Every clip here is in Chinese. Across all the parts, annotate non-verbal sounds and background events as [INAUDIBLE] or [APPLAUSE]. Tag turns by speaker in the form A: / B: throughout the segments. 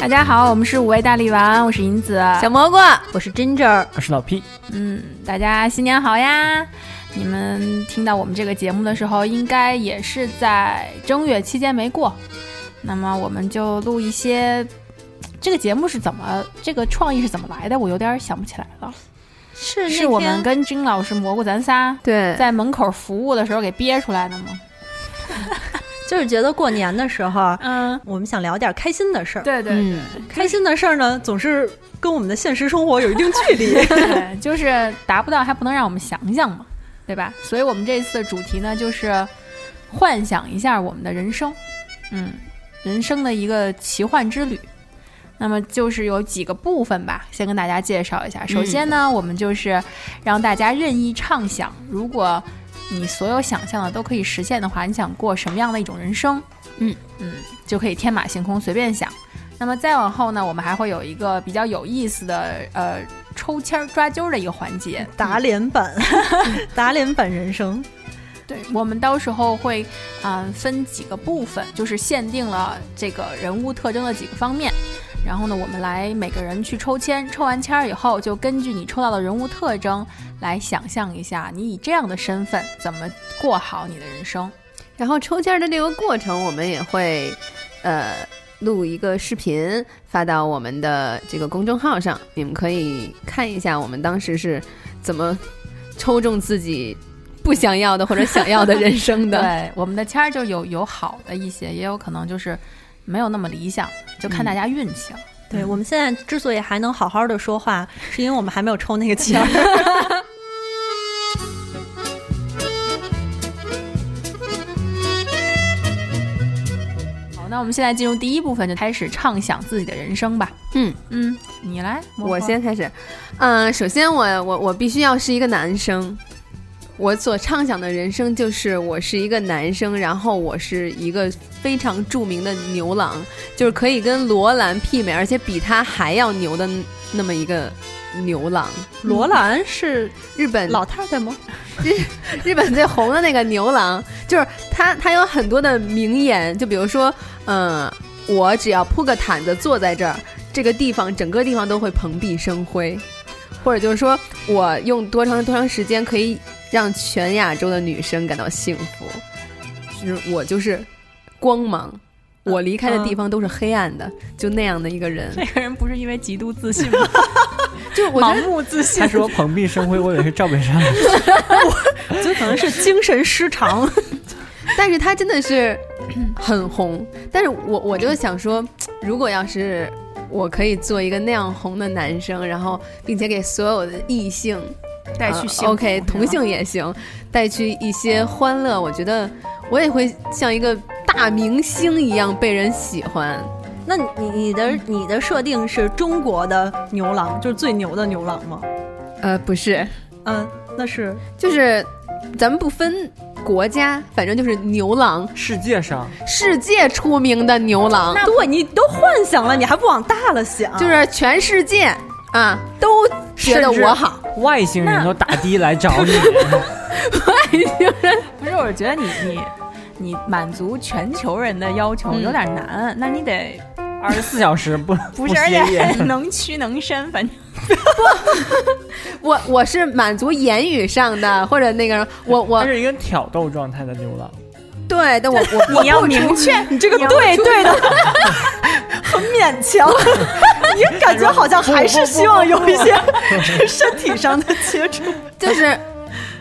A: 大家好，我们是五味大力丸，我是银子。
B: 小蘑菇，我是 Ginger，
C: 我是老 P，
A: 嗯，大家新年好呀！你们听到我们这个节目的时候，应该也是在正月期间没过。那么我们就录一些，这个节目是怎么，这个创意是怎么来的，我有点想不起来了。
B: 是
A: 是我们跟金老师、蘑菇咱仨
B: 对，
A: 在门口服务的时候给憋出来的吗？
B: 就是觉得过年的时候，
A: 嗯，
B: 我们想聊点开心的事儿。
A: 对对
D: 嗯，
B: 开心的事儿呢，总是跟我们的现实生活有一定距 [LAUGHS] 离。
A: 对，就是达不到还不能让我们想想嘛，对吧？所以我们这次的主题呢，就是幻想一下我们的人生，嗯，人生的一个奇幻之旅。那么就是有几个部分吧，先跟大家介绍一下。首先呢，我们就是让大家任意畅想，如果你所有想象的都可以实现的话，你想过什么样的一种人生？
D: 嗯
A: 嗯，就可以天马行空，随便想。那么再往后呢，我们还会有一个比较有意思的呃抽签儿抓阄儿的一个环节。
B: 打脸 [LAUGHS] 版，打脸版人生。
A: 对，我们到时候会嗯、呃分几个部分，就是限定了这个人物特征的几个方面。然后呢，我们来每个人去抽签，抽完签儿以后，就根据你抽到的人物特征来想象一下，你以这样的身份怎么过好你的人生。
D: 然后抽签儿的这个过程，我们也会呃录一个视频发到我们的这个公众号上，你们可以看一下我们当时是怎么抽中自己不想要的或者想要的人
A: [LAUGHS]
D: 生的。
A: 对，我们的签儿就有有好的一些，也有可能就是没有那么理想，就看大家运气了。
B: 对我们现在之所以还能好好的说话，是因为我们还没有抽那个签儿。 [LAUGHS]
A: 好，那我们现在进入第一部分，就开始畅想自己的人生吧。
D: 嗯
A: 嗯，你来，魔
D: 我
A: 方
D: 先开始，嗯、首先我我我必须要是一个男生。我所畅想的人生就是我是一个男生，然后我是一个非常著名的牛郎，就是可以跟罗兰媲美，而且比他还要牛的那么一个牛郎。
B: 罗兰是
D: 日本
B: 老太太 [LAUGHS] 吗？
D: [LAUGHS] 日本最红的那个牛郎，就是他，他有很多的名言，就比如说，嗯、我只要铺个毯子坐在这儿，这个地方整个地方都会蓬荜生辉，或者就是说我用多长多长时间可以让全亚洲的女生感到幸福，就是我就是光芒。我离开的地方都是黑暗的，就那样的一个人，
A: 这个人不是因为极度自信吗？
D: 就我觉
A: 盲
D: 得
A: 目自信
C: 他。说蓬荜生辉，我以为是赵本山。
B: 就可能是精神失常。
D: 但是他真的是 [CLEARS THROAT] 很红。但是我我就想说，如果要是我可以做一个那样红的男生，然后并且给所有的异性
A: 带
D: 呃
A: 去幸
D: OK
A: 福
D: 同。
A: 是吧
D: 性也行，带去一些欢乐，我觉得我也会像一个大明星一样被人喜欢。
B: 那你你你的你的设定是中国的牛郎，就是最牛的牛郎吗？
D: 呃，不是，
B: 嗯，那是
D: 就是咱们不分国家，反正就是牛郎，
C: 世界上
D: 世界出名的牛郎。
B: 对你都幻想了，你还不往大了想？
D: 就是全世界啊都觉得
C: 甚至
D: 我好，
C: 外星人都打的来找
D: [LAUGHS]
C: 你，
A: 不是，我觉得你你你满足全球人的要求有点难，那你得
C: 二十四小时不
A: 不
C: 不
A: 是而
C: 歇业。
A: 且 [LAUGHS] 能屈能伸，反正
D: 我我是满足言语上的，或者那个我
C: 他
A: [LAUGHS]
D: 我
C: 是一个挑逗状态的牛郎，
D: 对，但我我
A: 你要明确，
B: 你这个
A: 你要
B: 对对的，很勉强。你感觉好像还是希望有一些身体上的接触。
D: [LAUGHS] 就是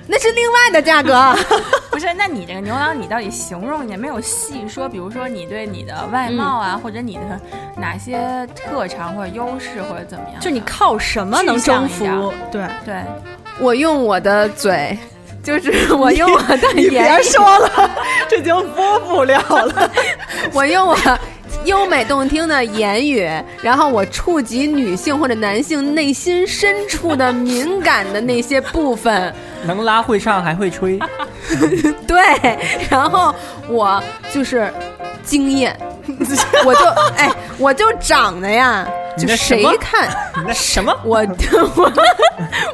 D: 那是另外的价格，
A: 不是，那你这个牛郎，你到底形容也没有细说，比如说你对你的外貌啊，或者你的哪些特长或者优势或者怎么样的？
B: 就你靠什么能征服
A: 具象一？
B: 对，
A: 对，
D: 我用我的嘴，就是我用我的
B: 你
D: 言
B: 别
D: 语，
B: 说了，这就播不了了。
D: 我用我优美动听的言语，然后我触及女性或者男性内心深处的敏感的那些部分。
C: 能拉会唱还会吹，
D: [LAUGHS] 对，然后我就是惊
B: [LAUGHS]
D: 艳，我就哎，我就长得呀，
C: 你
D: 就
C: 那什
D: 谁
C: 么
D: 看
C: 你那什么？
D: 我我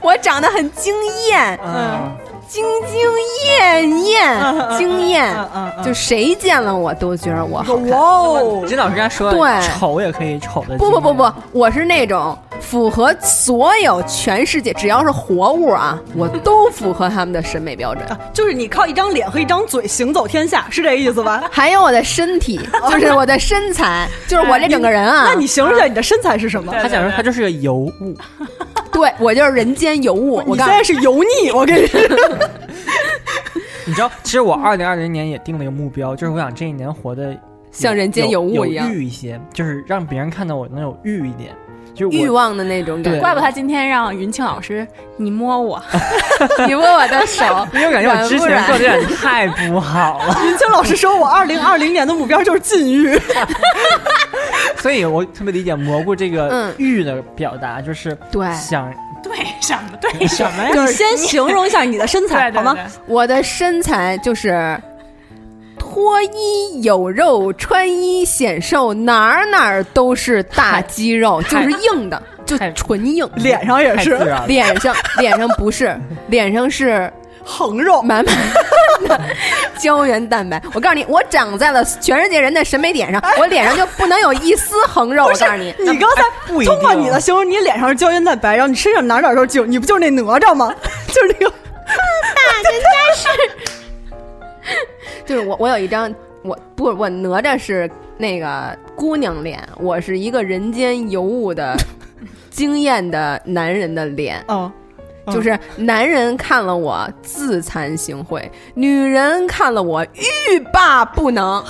D: 我长得很惊艳，
C: 嗯，
D: 兢兢业业，
B: 嗯
D: 惊艳，
B: 嗯嗯嗯，
D: 就谁见了我都觉得我好看。
B: 哇哦，
C: 指导专家说，
D: 对
C: 丑也可以丑的。
D: 不不不不，，我是那种符合所有全世界只要是活物啊，我都符合他们的审美标准。
B: 啊就是你靠一张脸和一张嘴行走天下，是这意思吧？
D: 还有我的
B: [LAUGHS]
D: 身体，就是我的身材，就是我这整个人啊。
B: 那哦哎你形容一下你的身材是什么？
C: 他想说他就是个尤物，
D: 对我就是人间尤物。我
B: 你
D: 告
B: 现
D: 诉你
B: 在是油腻，我跟你说，
C: 你知道，其实我二零二零年也定了一个目标，就是我想这一年活得
D: [LAUGHS] 像人间有
C: 有
D: 物一样
C: 有欲一些，就是让别人看到我能有欲一点，就是
D: 欲
C: 我
D: 望的那种感
C: 对
A: 怪不得他今天让云庆老师你摸
D: [LAUGHS]
A: 我，
D: 觉。你摸我的手， [LAUGHS]
C: 因为我感觉我之前
D: 软不
C: 做的有
D: 软
C: 点太不好了，
B: 云清老师说，我二零二零年的目标就是禁欲。
C: 所以我特别理解蘑菇这个
D: 嗯
C: 欲的表达，就是
D: 对
C: 想
A: 对
B: [LAUGHS]
A: 什么对什么
B: 你先形容一下你的身材好吗？？
D: 我的身材就是脱衣有肉，穿衣显瘦，哪儿哪儿都是大肌
B: [LAUGHS]
D: 肉，就
C: 太
D: 是硬的，就
C: 太
D: 纯硬。
B: 脸上也
C: 太自
B: 是
C: 然了。
D: 脸上脸上不是，脸上是
B: 横肉，
D: [LAUGHS] 满满的胶原蛋白。我告诉你，我长在了全世界人的审美点上，
B: 哎
D: 我脸上就不能有一丝横肉。我告诉你，
B: 你刚才
C: 哎不一定啊
B: 通过啊你的形容，你脸上是胶原蛋白，然后你身上哪哪都是肌肉，你不就是那哪吒 [LAUGHS] 吗？就是那个
D: [LAUGHS] 就是我我有一张，我不我哪吒是那个姑娘脸，我是一个人间尤物的惊艳的男人的脸。
B: 哦，嗯
D: 就是男人看了我自惭形秽，女人看了我欲罢不
B: [LAUGHS]
D: 能。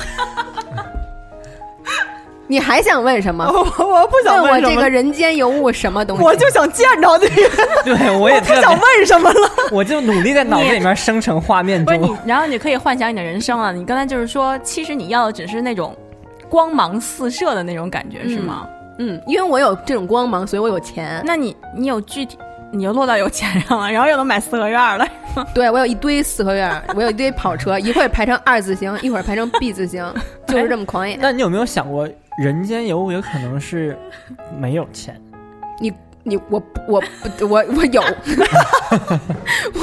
D: 你还想问什么？
B: 我哦我不 [LAUGHS] 想
D: 问我
B: 问什
D: 这个
B: 么，
D: 人间尤物什么东西？
B: 我就想见着你，[LAUGHS]
C: 对，我也
B: 不
C: 特
B: 想
C: 别，
B: 问什么了。
C: 我就努力在脑子里面生成画面
A: 不是你
C: 中。，
A: 然后你可以幻想你的人生了。你刚才就是说，其实你要的只是那种光芒四射的那种感觉，是吗？
D: 嗯，因为我有这种光芒，所以我有钱。
A: 那你你有具体，你又落到有钱上了，然后又能买四合院
D: [LAUGHS]
A: 了，
D: 对我有一堆四合院儿，我有一堆跑车， [LAUGHS] 一会儿排成二字形，一会儿排成 B 字
C: [LAUGHS]
D: 形，就是这么狂野。
C: 哎那你有没有想过，人间有物也可能是没有钱？
D: 你我我我我
C: [LAUGHS]
D: 有，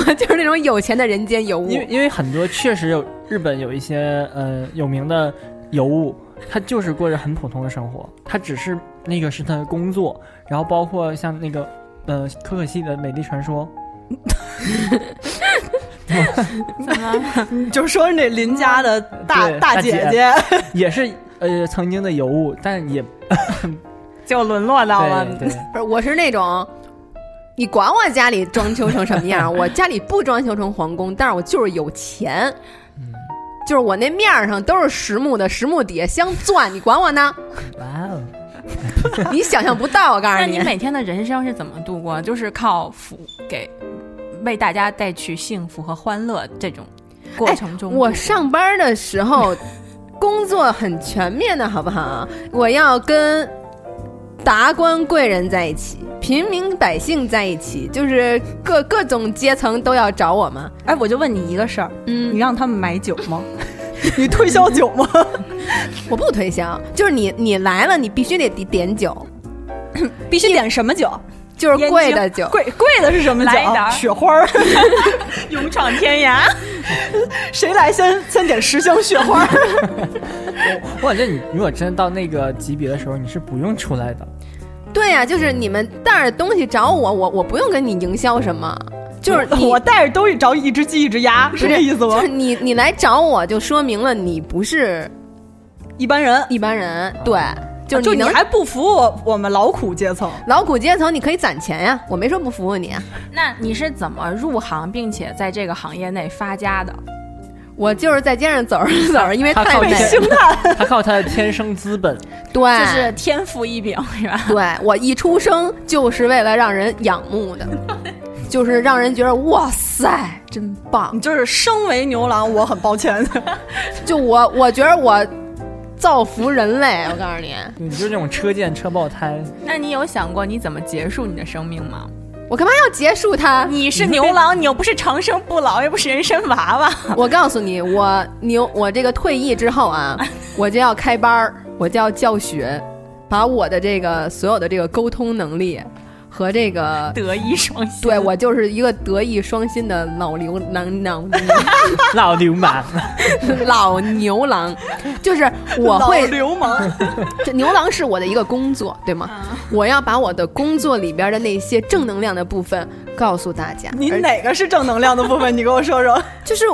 D: 我就是那种有钱的人间尤物
C: 因。为因为很多确实有日本有一些呃有名的尤物，他就是过着很普通的生活，他只是那个是他的工作，然后包括像那个呃可可西里的美丽传说，
A: 怎么了？
B: 你 [LAUGHS] 就说那邻家的大
C: 对
B: 大
C: 大
B: 姐
C: 姐
B: 姐，
C: 也是呃曾经的尤物，但也
A: 就沦落到了
C: 对对，
D: 不是，我是那种，你管我家里装修成什么
C: [LAUGHS]
D: 样儿，我家里不装修成皇宫，但是我就是有钱，
C: 嗯
D: 就是我那面儿上都是实木的，实木底下镶钻，你管我呢？
C: 哇哦，
D: 你想象不到，我告
A: 那
D: 诉
A: 你每天的人生是怎么度过？就是靠福给为大家带去幸福和欢乐这种过程中度过、
D: 哎我上班的时
B: [LAUGHS]
D: 候工作很全面的，好不好？我要跟达官贵人在一起，平民百姓在一起，就是各各种阶层都要找我嘛。
B: 哎，我就问你一个事儿，你
D: 嗯，
B: 让他们买酒吗？ [LAUGHS] 你推销酒吗？
D: 我不推销，就是你你来了，你必须得点点酒，
B: [LAUGHS] 必须点什么 [LAUGHS] 酒？
D: 就是贵的酒。
B: 贵贵的是什么酒？哦
A: 来一点儿
B: 雪花 [LAUGHS] 儿，
A: 勇闯天涯，
B: 谁来先先点十箱雪花 [LAUGHS] 儿？
C: 我感觉你如果真的到那个级别的时候，你是不用出来
A: [LAUGHS]
C: 的，
D: 对呀、就是你们带着东西找我，我我不用跟你营销什么，就是你
B: [LAUGHS] 我带着东西找一只鸡一只鸭，是这意思
D: 就
B: 吗
D: 是？你你来找我，就说明了你不是
B: 一般人
D: 一般人。对，就
B: 啊就是
D: 你
B: 你
D: 能
B: 还不服我我们劳苦阶层？
D: 劳苦阶层，你可以攒钱呀，我没说不服务你啊。
A: 那你是怎么入行并且在这个行业内发家的？
D: 我就是在街上走着走着，因为
C: 他
D: 太
C: 靠
D: 美
B: 被
C: 对
B: 星探，
C: 他靠他的天生资本，
D: [LAUGHS] 对，
A: 就是天赋异禀，是吧？
D: 对我一出生就是为了让人仰慕的， [LAUGHS] 就是让人觉得哇塞，真棒
B: 你！就是生为牛郎，我很抱歉。
D: 就我，我觉得我造福人类，我告诉你，
C: 你就是那种车见车爆
A: [LAUGHS]
C: 胎，
A: 那你有想过你怎么结束你的生命吗？
D: 我干嘛要结
C: [LAUGHS]
D: 束它？
A: [LAUGHS] 你是牛郎，你又不是长生不老，又不是人参娃 [LAUGHS] 娃。
D: 我告诉你，我牛，我这个退役之
C: [LAUGHS]
D: 后啊，我就要开班儿，我就要教学，把我的这个所有的这个沟通能力和这个
A: 德艺双馨。
D: 对我就是一个德艺双馨的老 [LAUGHS] 流郎郎
C: 老流氓，
D: 老牛郎，就是 [LAUGHS] 我
B: 老
D: 会
B: 流氓，
D: 这牛郎是我的一个工作，对吗？
C: 嗯
D: 我要把我的工作里边的那些正能量的部分告诉大家。
B: 你
D: 而
B: 哪个是正能量的部分？你给我说说。
D: 就是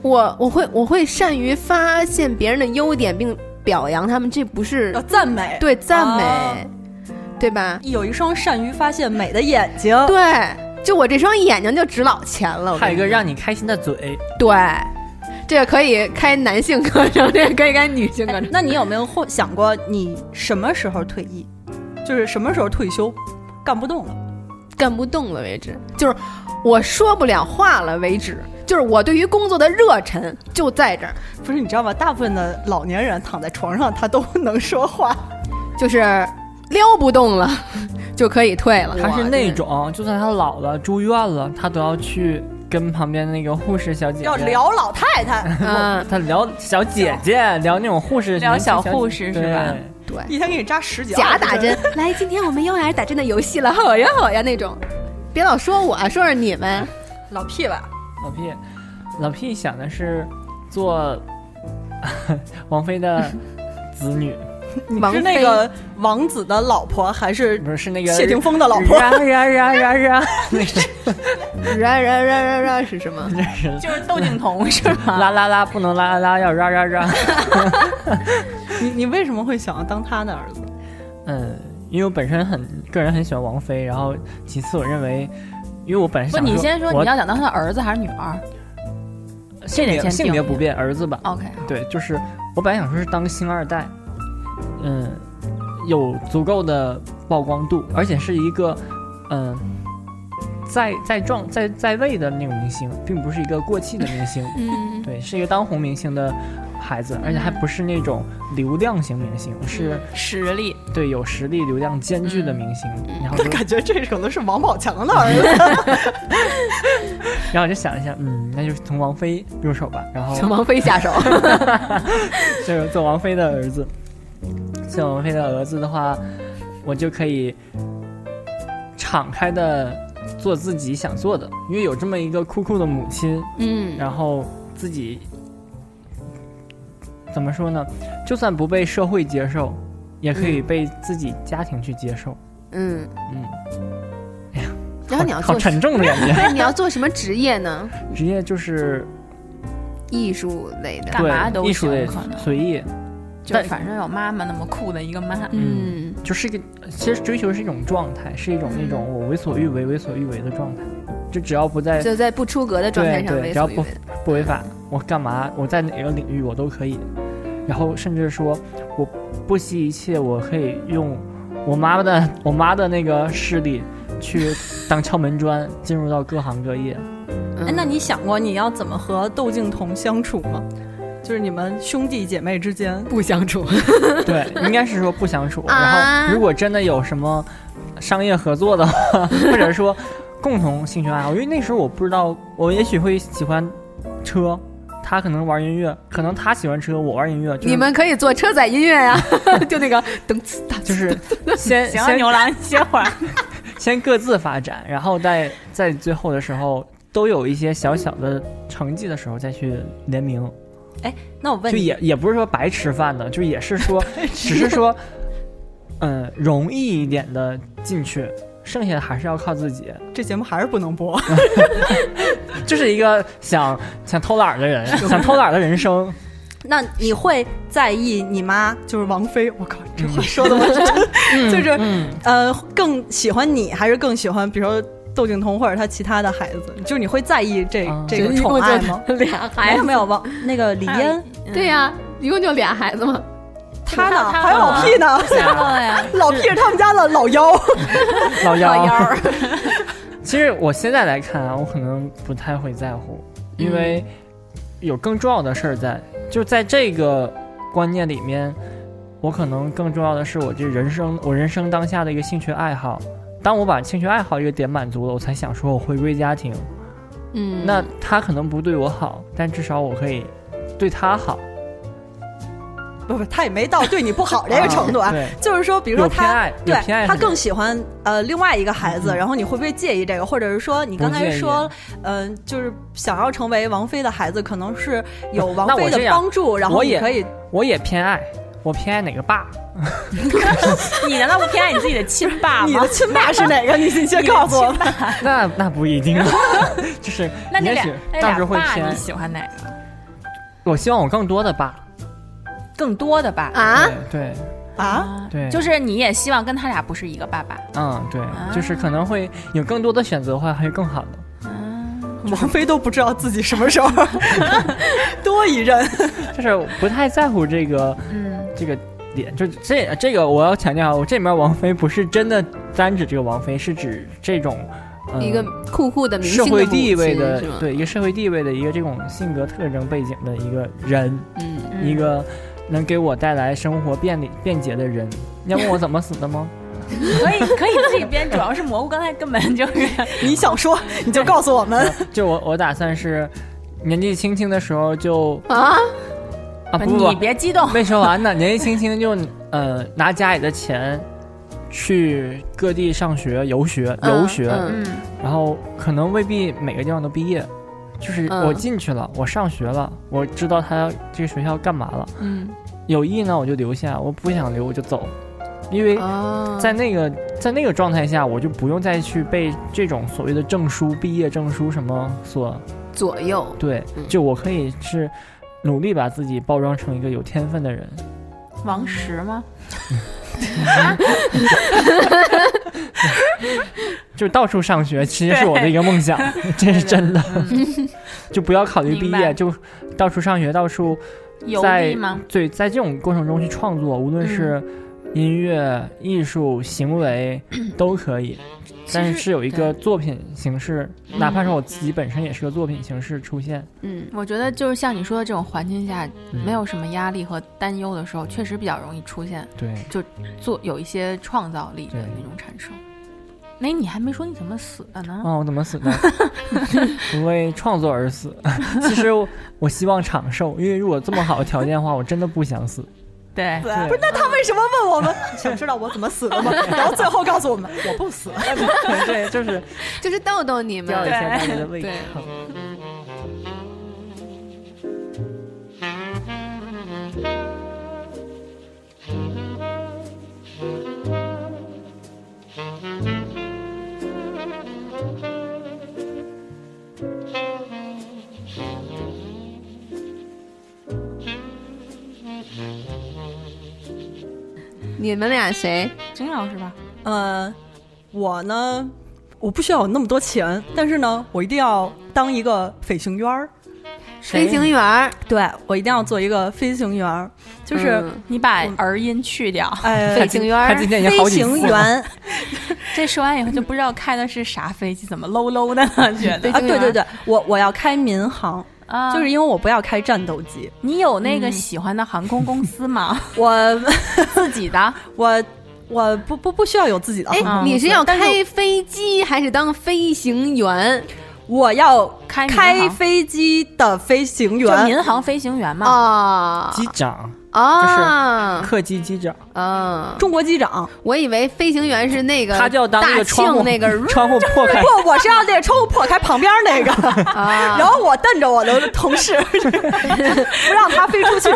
D: 我我会我会善于发现别人的优点并表扬他们，这不是
C: 哦
B: 要赞美，
D: 对 [LAUGHS] 赞美，
B: 哦
D: 对吧？
B: 有一双善于发现美的眼睛。
D: 对，就我这双眼睛就值老钱了。我
C: 还有一
D: 跟
C: 个
D: 你
C: 让你开心的嘴，
D: 对，这个可以开男性课程，这个可以开女性课
B: 哎
D: 程。
B: 那你有没有会想过你什么时候退役？就是什么时候退休，干不动了？
D: 干不动了为止，就是我说不了话了为止，就是我对于工作的热忱就在这儿，
B: 不是，你知道吗？大部分的老年人躺在床上，他都能说话。
D: 就是撩不动了就可以退了。
C: 他是那
D: 哇
C: 种就算他老了住院了，他都要去跟旁边那个护士小姐姐
B: 要聊老太太，
D: 嗯，
C: 他聊小姐姐，聊那种护士，
A: 聊小
C: 年轻
A: 护士
C: 对
A: 是吧
D: 对。
B: 一天给你扎十几
D: 假打。
B: 二
D: 针。来，今天我们又来打针的游戏了，好呀好呀那种。别老说我，说说你们。
B: 十针老屁吧，
C: 老 P，老 P 想的是做 [LAUGHS] 王菲的子女，
B: 你
D: 王
B: 是
D: 菲
B: 那个王子的老婆还是
C: 不是是那个
B: 谢霆锋的老婆？
C: 呀呀呀呀呀，那
B: [LAUGHS]
C: 个
D: 然然然然然是什么？
C: 真是
A: [LAUGHS] 就是窦靖 [LAUGHS] 童是吗？
C: 拉拉拉不能拉拉拉要拉拉拉，
B: 你你为什么会想要当他的儿子？
C: 嗯，因为我本身很个人很喜欢王菲，然后其次我认为。因为我本来
A: 不，
C: 想
A: 你先说
C: 我
A: 你要想当他的儿子还是女儿这
C: 性
A: 得
C: 别
A: 先
C: 性别
A: 定
C: 不变，儿子吧，
A: ？OK，
C: 对，就是我本来想说是当星二代，嗯，有足够的曝光度，而且是一个嗯、在在状在在位的那种明星，并不是一个过气的明星，
D: 嗯，
C: 对，是一个当红明星的孩子，而且还不是那种流量型明星，是
A: 实力
C: 对有实力、流量兼具的明星。然
B: [LAUGHS]
C: 后就
B: 感觉这可能是王宝强的儿子。
C: 然后我就想一下，嗯，那就是从王菲入手吧，然后
D: 从王菲下手。
C: 就是做王菲的儿子，做王菲的儿子的话，我就可以敞开的做自己想做的，因为有这么一个酷酷的母亲，
D: 嗯
C: 然后自己怎么说呢？就算不被社会接受，也可
A: 嗯
C: 以被自己家庭去接受。
D: 嗯，
C: 嗯，
D: 然后你要
C: 好好
D: 做什
C: 沉重的感觉。
D: 么？你要做什么职业呢？
C: 职业就是
D: 艺术类
A: [LAUGHS]
D: 的。
A: 干嘛都
C: 对艺术类
A: 行，可能
C: 随意，
A: 就反正有妈妈那么酷的一个妈， [LAUGHS]
D: 嗯
C: 嗯，就是一个，其实追求是一种状态，是一种那
A: 嗯
C: 种我为所欲为、为所欲为的状态。就只要不在
D: 嗯就在不出格的状态上
C: 对对
D: 为
C: 只要
D: 所欲
C: 不嗯
D: 为。
C: 不违法，我干嘛，我在哪个领域我都可以。然后甚至说，我不惜一切，我可以用我妈妈的 [LAUGHS] 我妈的那个势力去当敲门砖， [LAUGHS] 进入到各行各业。
B: 哎，那
D: 嗯
B: 你想过你要怎么和窦靖童相处吗？就是你们兄弟姐妹之间，
D: 不相处？
C: 对，应该是说不相处。
D: 啊
C: 然后如果真的有什么商业合作的话， [LAUGHS] 或者说共同兴趣爱好，因为那时候我不知道，我也许会喜欢车，他可能玩音乐，可能他喜欢车，我玩音乐。就是、
D: 你们可以做车载音乐呀，就那个噔呲哒，
C: 就是
A: [LAUGHS]
C: 先
A: 行了，啊
C: 先
A: 牛郎，你 [LAUGHS] 歇会儿。
C: [LAUGHS] 先各自发展，然后在在最后的时候都有一些小小的成绩的时候再去联名，
B: 那我问
C: 就
B: 你，
C: 也也不是说白吃饭的，就也
A: [LAUGHS]
C: 是说，只是说，嗯，容易一点的进去，剩下的还是要靠自己。
B: 这节目还是不能 [LAUGHS] 播。
C: 就是一个想想偷懒儿
A: [LAUGHS]
C: 的人，想偷懒儿的人生，
B: 那你会在意你妈就是王菲？我靠，这话说的我
C: 嗯
B: 就是
C: 嗯，
B: 呃，更喜欢你还是更喜欢，比如说窦靖童或者他其他的孩子？就是你会在意这、
C: 啊
B: 这个
D: 一
B: 宠
D: 共
B: 爱吗？
D: 就俩
B: 没
D: 孩
B: 有
D: 子。
B: 没有王那个李
A: 还有
B: 嫣，
D: 对呀，一共就俩孩子嘛。
B: 他呢？
A: 他
B: 还有老
A: 他
B: P 呢？
C: 啊
A: 对呀，
B: 老 P 是他们家的老幺， [LAUGHS]
C: 老
D: 老幺
C: 妖。
D: 儿，
C: 其实我现在来看啊，我可能不太会在乎，因
B: 嗯
C: 为有更重要的事儿在。就在这个观念里面，我可能更重要的是我这人生，我人生当下的一个兴趣爱好。当我把兴趣爱好这个点满足了，我才想说我回归家庭。
D: 嗯，
C: 那他可能不对我好，但至少我可以对他好。
B: 不不，他也没到对你不好这个程度啊。
C: 对，
B: 就是说，比如说
C: 有偏
B: 他
C: 爱，有
B: 对
C: 偏爱
B: 他
C: 是
B: 更喜欢呃另外一个孩子，
C: 嗯
B: 然后你会不会介意这个？或者是说，你
C: 不
B: 刚才
C: 介意
B: 说，嗯、就是想要成为王菲的孩子，可能是有王
C: 那我
B: 菲的
C: 这样
B: 帮助，然后
C: 我
B: 你
C: 也
B: 可以。
C: 我也偏爱，我偏爱哪个爸？
E: 你难道不偏爱你自己的亲爸
A: [LAUGHS]
B: 你
E: 吗
B: 的？亲爸是 [LAUGHS] 哪个？你啊你先
E: 你的
B: 告诉我。
C: [LAUGHS] 那那不一定，
D: [LAUGHS]
C: 就是
A: 那那
C: 也
A: 俩
C: 许
A: 那
C: 当时
A: 俩
C: 会
A: 爸，
C: 偏
A: 你。喜欢哪个？
C: 我希望我更多的爸，
A: 更多的爸
D: 啊，
C: 对
B: 啊，
C: 对
A: 就是你也希望跟他俩不是一个爸爸。
C: 对，嗯对，
D: 啊
C: 就是可能会有更多的选择的话，还有更好的。
A: 啊
B: 王菲都不知道自己什么 [LAUGHS] 时候多一任。
C: 就是不太在乎这个
A: 嗯，
C: 这个点，就这这个我要强调啊，我这里面王菲不是真的单指这个王菲，是指这种、呃、
D: 一个酷酷的明
C: 社
D: 星的
C: 会
D: 母
C: 地位
D: 亲
C: 的
D: 是吗？
C: 对一个社会地位的一个这种性格特征背景的一个人，
D: 嗯，
C: 一个能给我带来生活便利便捷的人。你要问我怎么死的吗？
A: 可以可以自己编，主要是蘑菇刚才根本就是 [LAUGHS]
B: 你想说，你就告诉我们。
C: [LAUGHS] 就我我打算是年纪轻轻的时候就
D: 啊，
C: 啊不不
A: 你
C: 不
A: 别激动，
C: [LAUGHS] 没说完呢，年纪轻轻就呃拿家里的钱去各地上学游学游
D: 嗯
C: 学，
D: 嗯
A: 嗯
C: 然后可能未必每个地方都毕业。就是
D: 嗯
C: 我进去了，我上学了，我知道他这个学校干嘛了。
A: 嗯
C: 有意呢，我就留下；我不想留，我就走。因为
D: 哦，
C: 哎在那个在那个状态下，我就不用再去被这种所谓的证书、毕业证书什么所
D: 左右，
C: 对
D: 嗯。
C: 就我可以是努力把自己包装成一个有天分的人。
A: 王石 [LAUGHS] 吗？
C: 就到处上学，其实是我的一个梦想， [LAUGHS] 这是真的。
A: 嗯
C: 就不要考虑毕
A: 明白
C: 业，就到处上学，到处
A: 邮
C: 在
A: 递吗？
C: 对，在这种过程中去创作，无论是
A: 嗯
C: 音乐、艺术、行
A: [CLEARS THROAT]
C: 为都可以。但是是有一个作品形式，哪
A: 嗯
C: 怕是我自己本身也是个作品形式出现。
D: 嗯，
A: 我觉得就是像你说的这种环境下，
C: 嗯
A: 没有什么压力和担忧的时候，确实比较容易出现
C: 对，
A: 做有一些创造力的
C: 对
A: 那种产生。哎，你还没说你怎么死的呢？
C: 啊，我怎么死的？ [LAUGHS] 我为创作而死。 [LAUGHS] 其实我我希望长寿，因为如果这么好的条件的话，我真的不想死。
A: 对，
B: 对，不是，那他为什么问我们？ [LAUGHS] 想知道我怎么死 [LAUGHS] 的吗？然后最后告诉我们，我不死。
C: [LAUGHS] 对，就是
D: 就是逗逗你们
C: 吊一，下大家的胃口。
D: 你们俩谁？
A: 金老师吧，
B: 呃，我呢，我不需要有那么多钱，但是呢，我一定要当一个飞行员儿。
D: 飞行员儿，
B: 对我一定要做一个飞行员儿，就是、
D: 嗯
A: 你把
B: 我
A: 儿音去掉，
B: 呃
D: [LAUGHS] 飞，行员
C: 他
D: 儿，
C: 今天已经
B: 飞
C: 好几次
B: 行
C: 了。
B: 员。
A: 这说完以后就不知道开的是啥飞机，怎么 low low 的了，觉得
D: 飞
B: 啊，
D: 行
B: 对
D: 员
B: 对对，我我要开民航，
A: 啊，
B: 就是因为我不要开战斗机，
A: 你有那个喜欢的航空公司 [LAUGHS] 吗？
B: 我
A: 自己的？
B: 我我不不不需要有自
C: 啊
B: 己的航空，
D: 哎，
A: 嗯
D: 你是要
B: 但是
D: 开飞机还是当飞行员？
B: 我要
A: 开民航
B: 开飞机的飞行
A: 就
B: 员。
A: 民航飞行员嘛。
D: 啊
C: 机长，
D: 啊
C: 客机机长，
D: 啊！
B: 中国机长，
D: 我以为飞行员是那个
C: 他就要当那
D: 大
C: 个窗户
D: 庆那个
C: 窗户破开，
B: 不，我是要那个窗户破开旁边那个，
D: 啊
B: 然后我瞪着我的同事， [LAUGHS] 不让他飞出去。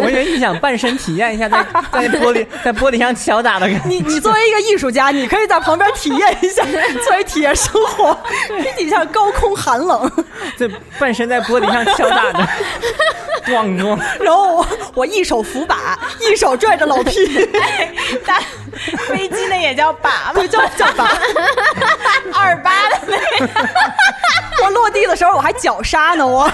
C: 我以为你想半身体验一下在在玻璃在玻璃上敲打的感觉。
B: 你 [LAUGHS] 你作为一个艺术家，你可以在旁边体验
A: [LAUGHS]
B: 一下，作为体验生活，体验一下高空寒
A: [LAUGHS]
B: 冷。
C: 这半身在玻璃上敲打
D: [LAUGHS]
C: 的，咣咣。
B: 然后我我一手扶把，一手拽着老屁，
A: [LAUGHS] 但飞机那也叫把吗？
B: 对，叫叫把。
A: [LAUGHS] 二八的那
B: [LAUGHS] 我落地的时候我还绞杀呢，我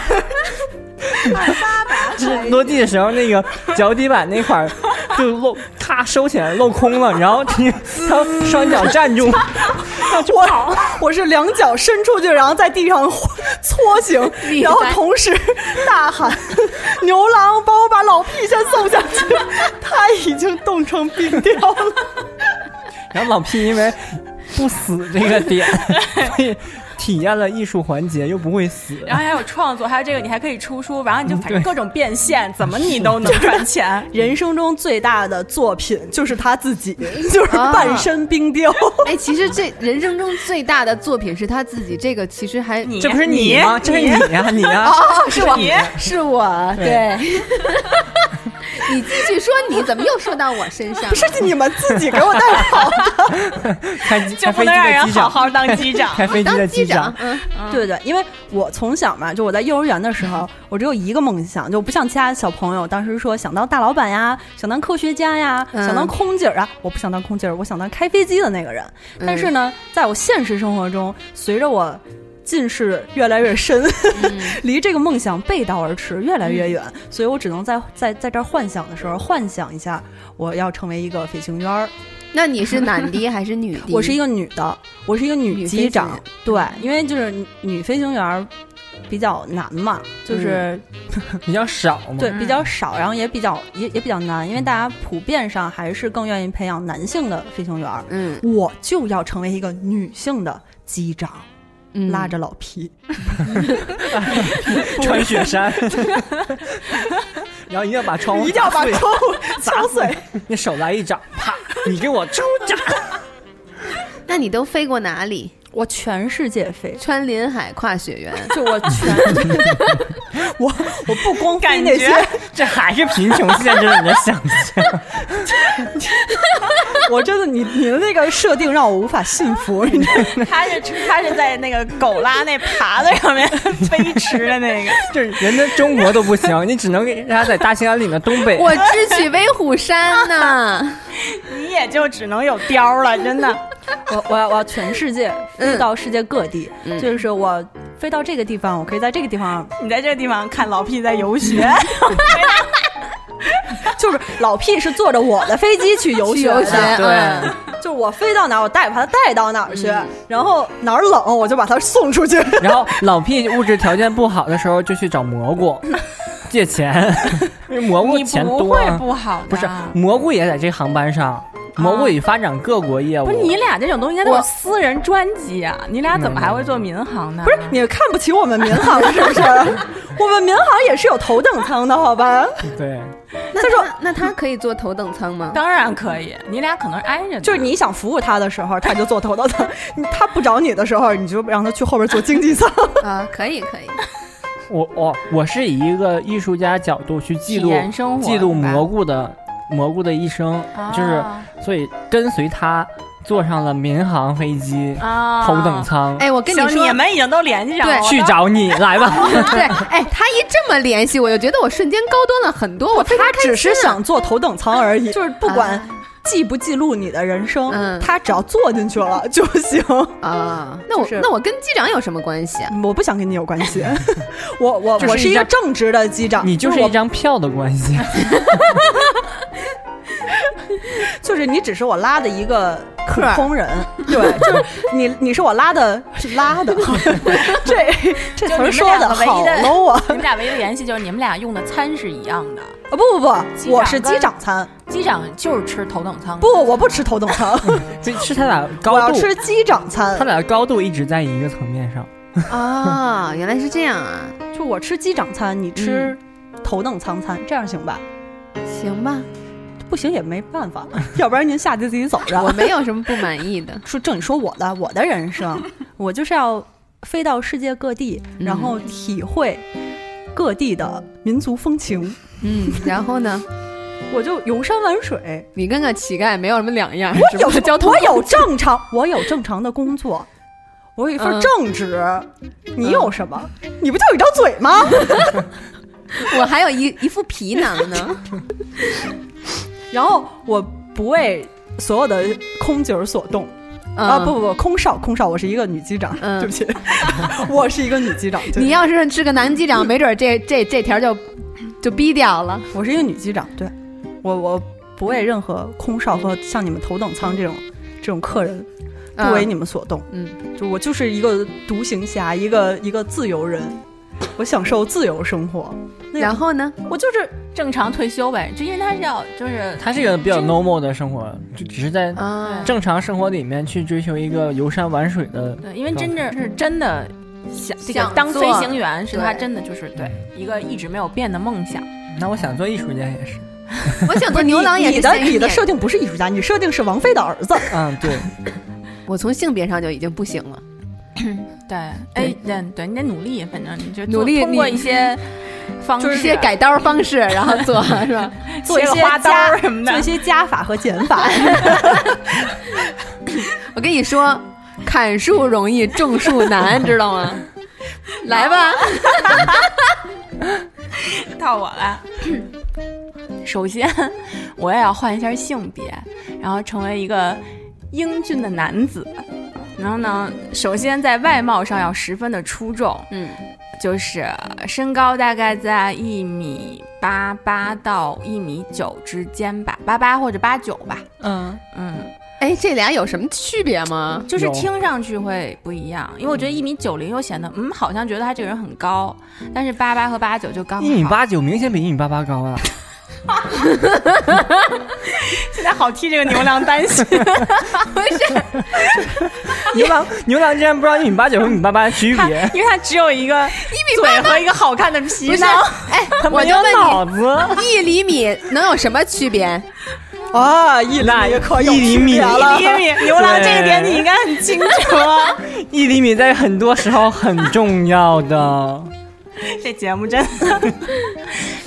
C: 就是 [LAUGHS] 落地的时候，那个脚底板那块儿就露，咔收起来露空了，然后你他双脚站住，
D: [LAUGHS]
B: 我 [LAUGHS] 我是两脚伸出去，然后在地上搓行，
D: [LAUGHS] 厉害
B: 然后同时大喊：“牛郎，帮我把老屁先送下去！” [LAUGHS] 他已经冻成冰雕了。 [LAUGHS]
C: 然后老屁因为不死这个点，所以体验了艺术环节，又不会死。
E: 然后还有创作，还有这个你还可以出书，然后你就反正各种变现，怎么你都能赚钱。
B: 人生中最大的作品就是他自己，就是
D: 啊
B: 半身冰雕。
D: [LAUGHS]
B: [LAUGHS]
D: 哎，其实这人生中最大的作品是他自己，这个其实还哦
E: 你
C: 这不是你吗？这是你呀，你啊呀，
E: 是我
D: [LAUGHS]
E: 你，
B: 是我，
C: 对，
D: 你继续说你，怎么又说到我身上
B: 不？ [LAUGHS] 是你们自己给我带跑。
C: 开机
E: 就
C: 开
E: 不
C: 飞机
E: 能让
C: 的
E: 人
C: 机
E: 好
C: 长，
E: 好当机长。
C: 开飞机的
D: 当
C: 机
D: 机长
C: 长，，
E: [LAUGHS]
D: 嗯，嗯
B: 对对，因为我从小嘛，就我在幼儿园的时候，我只有一个梦想，就不像其他小朋友，当时说想当大老板呀，想当科学家呀，
D: 嗯
B: 想当空姐儿啊。我不想当空姐儿，我想当开飞机的那个人。
D: 嗯
B: 但是呢，在我现实生活中，随着我近视越来越深， [LAUGHS]
D: 嗯
B: 离这个梦想背道而驰，越来越远，所以我只能在在在这儿幻想的时候，幻想一下我要成为一个飞行员儿。
D: 那你是男的还是女的？
B: 我是一个女的，我是一个女
D: 女
B: 机长
D: 飞，
B: 对，因为就是女女飞行员儿比较难嘛，就是、
C: 比较少嘛。
B: 对比较少，然后也比较也也比较难，因为大家普遍上还是更愿意培养男性的飞行员儿。
D: 嗯，
B: 我就要成为一个女性的机长，
D: 嗯
B: 拉着老皮。
C: 穿雪山， [LAUGHS] 然后一定要把窗户打碎，
B: 窗户敲碎。
C: 你手来一掌，啪，你给我抽掌。
D: 那你都飞过哪里？
B: 我全世界飞，
D: 穿林海，跨雪
B: [LAUGHS]
D: 原，
B: 就我
C: [LAUGHS]
B: 全，我我不光飞
E: 感
B: 那些
E: 觉，
C: 这还是贫穷限制了你的想象。
B: 我真的你你的那个设定让我无法信服，你知道吗
E: 他是他是在那个狗拉那耙子上面 [LAUGHS] 飞驰的那个，
C: [LAUGHS] 就是人家中国都不行，你只能给人家在大兴安岭的东北。
D: 我智取威虎山呢。
E: 你也就只能有貂儿了，真的。
B: 我我要我要全世界飞到世界各地，
D: 嗯
B: 就是我飞到这个地方，我可以在这个地方，
E: 你在这个地方看老屁在游学，
B: 就是老屁是坐着我的飞机去游
D: 去
B: 学
D: 游
B: 的，
D: 学，
C: 对
D: 嗯，
B: [LAUGHS] 就是我飞到哪儿，我带把它带到哪儿去，然后哪儿冷我就把它送出去。 [LAUGHS]
C: 然后老屁物质条件不好的时候就去找蘑菇借钱，因为蘑菇
E: 你
C: 钱
E: 不
C: 多
E: 会
C: 啊。
E: 不好的，
C: 不是蘑菇也在这航班上，蘑菇也发展各国业务。
E: 啊不是你俩这种东西应该都
D: 我
E: 是私人专机啊，你俩怎么还会做民航呢？
B: 不是你看不起我们民航是不是？ [LAUGHS] 我们民航也是有头等舱的，好吧？
C: 对，
D: 那
B: 他说
D: 他那他可以坐头等舱吗？
E: 当然可以，你俩可能是挨着的，
B: 就是你想服务他的时候，他就坐头等舱；你他不找你的时候，你就让他去后边坐经济舱。
D: 啊，可以可以，
C: 我我我是以一个艺术家角度去记录
E: 体验生活
C: 记录
E: 是吧
C: 蘑菇的蘑菇的一生，
E: 啊
C: 就是所以跟随他坐上了民航飞机
E: 啊
C: 头等。舱。
D: 哎，我跟你
E: 行
D: 说 [LAUGHS]
E: 你，们已经都联系上了，
D: 对
E: 我
C: 去
E: 都
C: 找你来吧，
D: [LAUGHS] 对，哎，他一这么联系，我就觉得我瞬间高端了很多，我非常
B: 他
D: 开心啊
B: 只是想坐头等舱而已，就是不管
D: 啊
B: 记不记录你的人生，
D: 嗯
B: 他只要坐进去了就行。
D: 啊，那我
B: 就是
D: 那我跟机长有什么关系 [LAUGHS] 啊？
B: 我不想跟你有关系，我我
C: 就是
B: 我是
C: 一
B: 一个
C: 张
B: 正直的机长，
C: 你就是
B: 我
C: 一张票的关系。
B: 就是你只是我拉的一个普
D: 客儿
B: 通人，对，就是你 [LAUGHS] 你是我拉的是拉的，这这词
E: 就是你
B: 儿
E: 们
B: 说
E: 两个唯
B: 好
E: 一的
B: low 啊！
E: 你们俩唯一的联系就是你们俩用的餐是一样的，
B: 啊不不
E: 机
B: 不，我
E: 长
B: 是机
E: 跟
B: 长餐，
E: 机长就是吃头等舱。
B: 不，我不吃头等舱，
C: 这是他俩
B: 我
C: 高
B: 要
C: 度，
B: 吃机长餐
C: 他。俩高度一直在一个层面上。
D: 啊，原来是这样啊，
B: 就我吃机长餐，你吃
C: 嗯
B: 头等舱餐，这样行吧？
D: 行吧，
B: 不行也没办法， [LAUGHS] 要不然您下去自己走着。，
D: [LAUGHS] 我没有什么不满意的
B: 说正你说我的我的人生，我就是要飞到世界各地，
D: 嗯
B: 然后体会各地的民族风情，
D: [LAUGHS] 嗯，然后呢，
B: 我就游山玩水。
D: [LAUGHS] 你跟个乞丐没有什么两样，只
B: 有 [LAUGHS]
D: 不过交通
B: 我有正常，我有正常的工作。我有一份
D: 嗯嗯
B: 正职，你有什么？你不就有一张嘴吗？
D: 我还有一一副皮囊呢，
B: [LAUGHS] 然后我不为所有的空姐儿所动、啊！
D: [LAUGHS] 嗯
B: 不不不，空少空少，我是一个女机长，
D: 嗯
B: 对不起， [LAUGHS] 我是一个女机长，对
D: 你要是是个男机长，没准这这这条就就逼掉了。
B: 我是一个女机长，对我我不为任何空少和像你们头等舱这种这种客人不为你们所动，
D: 嗯，
B: 就我就是一个独行侠，一个一个自由人，我享受自由生活。那
D: 嗯然后呢？
B: 我就是
A: 正常退休呗，就因为他是要就是
C: 他是一个比较
A: 真
C: normal 的生活，就只是在
D: 啊，
C: 正常生活里面去追求一个游山玩水的。
A: 对，因为真正是真的想这个
D: 想
A: 当
D: 做
A: 飞行员是他
D: 对
A: 真的就是对一个一直没有变的梦想。
C: 那我想做艺术家也是，
D: 我想做牛郎也
B: 你
D: 是
B: 的
D: 闲鱼
B: 你的
D: 店
B: 设定不是艺术家，你设定是王菲的儿子。
C: 嗯，对，
D: 我从性别上就已经不行了。
A: 对，哎，对，对你得努力，反正你就
D: 努
A: 做
D: 力
A: 通过
D: 你
A: 一些方式，
D: 就是一些改刀方式，然后做是吧？
B: 做一
A: 切个
B: 些
A: 花刀
B: 加
A: 什么
B: 做一
A: 的。
B: 些加法和减
D: [LAUGHS]
B: 法。
D: 我跟你说，砍树容易，种树难，知道吗？来吧，
A: 到我
C: [COUGHS]
A: 了。首先， [COUGHS] 我也要换一下性别，然后成为一个英俊的男子。然后呢，首先在外貌上要十分的出众，
D: 嗯，
A: 就是呃身高大概在一米八八到一米九之间吧，八八或者八九吧。
B: 嗯，
A: 嗯，
D: 哎，这俩有什么区别吗？
A: 就是
C: 有
A: 听上去会不一样，因为我觉得一米九零又显得嗯，好像觉得他这个人很高，但是八八和八九就刚好。
C: [LAUGHS] 一米，八九明显比一米八八高啊！
E: 现在好替这个牛郎担心。
C: 牛郎牛郎竟然不知道一米八九和一米八八的区别，
E: 因为他只有一个一米嘴和一个好看的皮
D: 不是
E: 囊，
D: 哎，
C: 他
D: 我
C: 没
D: 就
C: 有
D: 问
C: 脑
D: [LAUGHS]
C: 子。
D: 你，一厘米能有什么区别？
B: 啊，一厘米可有
C: 一厘
B: 区别
C: 米
B: 了
E: 一厘米。牛郎这一点
C: [LAUGHS] 对
E: 你应该很清楚。啊
C: 一厘米在很多时候很重要
E: [LAUGHS]
C: 的。
E: 这节目真的，
A: [LAUGHS]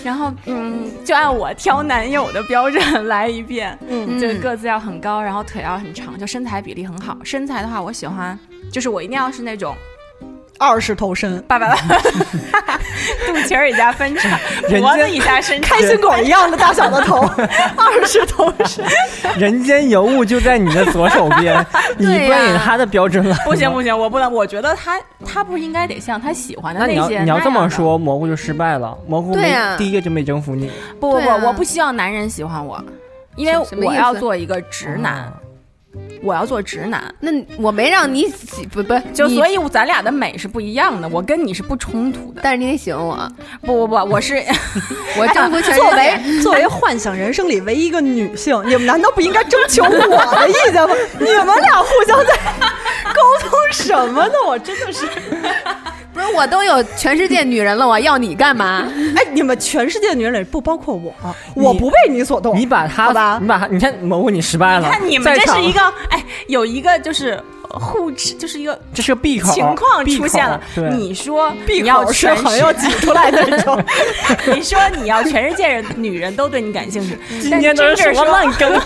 A: 然后嗯，就按我挑男友的标准来一遍，
B: 嗯
A: 就个子要很高，然后腿要很长，就身材比例很好。身材的话，我喜欢，就是我一定要是那种
B: 二十头身，
A: 爸爸
B: [LAUGHS]
E: 肚脐儿以下分叉，
C: 人
E: 脖
C: 家
E: 子以下伸长
B: 开。心果一样的大小的头，二十头
A: [LAUGHS]
B: 身。
C: 人间尤物就在你的左手
E: [LAUGHS]
C: 边，你不
D: 对呀
C: 要以他的标准来吗。
E: 不行不行，我不能，我觉得他
A: 他不是应该得像他喜欢的
C: 那你要
A: 些
C: 你要
A: 那
C: 这
A: 样
C: 么
A: 的
C: 说，蘑菇就失败了。蘑菇
D: 对
C: 没、
D: 呀
C: 第一个就没征服你，
A: 不不
D: 对啊
A: 不，我不希望男人喜欢我，因为
D: 什什么
A: 我
D: 意
A: 要
D: 思
A: 做一个直
E: 哦
A: 男，
C: 啊
A: 我要做直男。
D: 那我没让你喜，不不，
A: 就
D: 你
A: 所，以咱俩的美是不一样的，我跟你是不冲突的。
D: 但是你得喜欢我，
A: 不不不，我 [LAUGHS] 是
D: 我征服全世
B: [LAUGHS] 作
D: 界。
B: 为作为幻想人生里唯一一个女性，你们难道不应该征求我的意见吗？你们俩互相在沟通什么呢？我真的是，
D: 不是，我都有全世界女人了，我要你干嘛？
B: 哎，你们全世界的女人里不包括我，我不被你所动。
C: 你把他，
B: 好吧
C: 你把他，你看蘑菇，你失败了。
E: [LAUGHS] 看你们
C: 在
E: 这
C: 场
E: 是一，个哎，有一个就是互斥，就是一个
C: 这是个闭口
E: 情况
C: 闭
E: 出现
C: 口
E: 了
C: 对，。
E: 你说
B: 闭
E: 你要
B: 口是
E: 全
B: 很
E: 世
B: 要挤出来的
E: [LAUGHS]
B: 那种。
E: 你说你要全世界人 [LAUGHS] 女人都对你感兴
A: [LAUGHS]
E: 趣，
C: 今天都是什么烂梗？
A: 啊
E: [LAUGHS]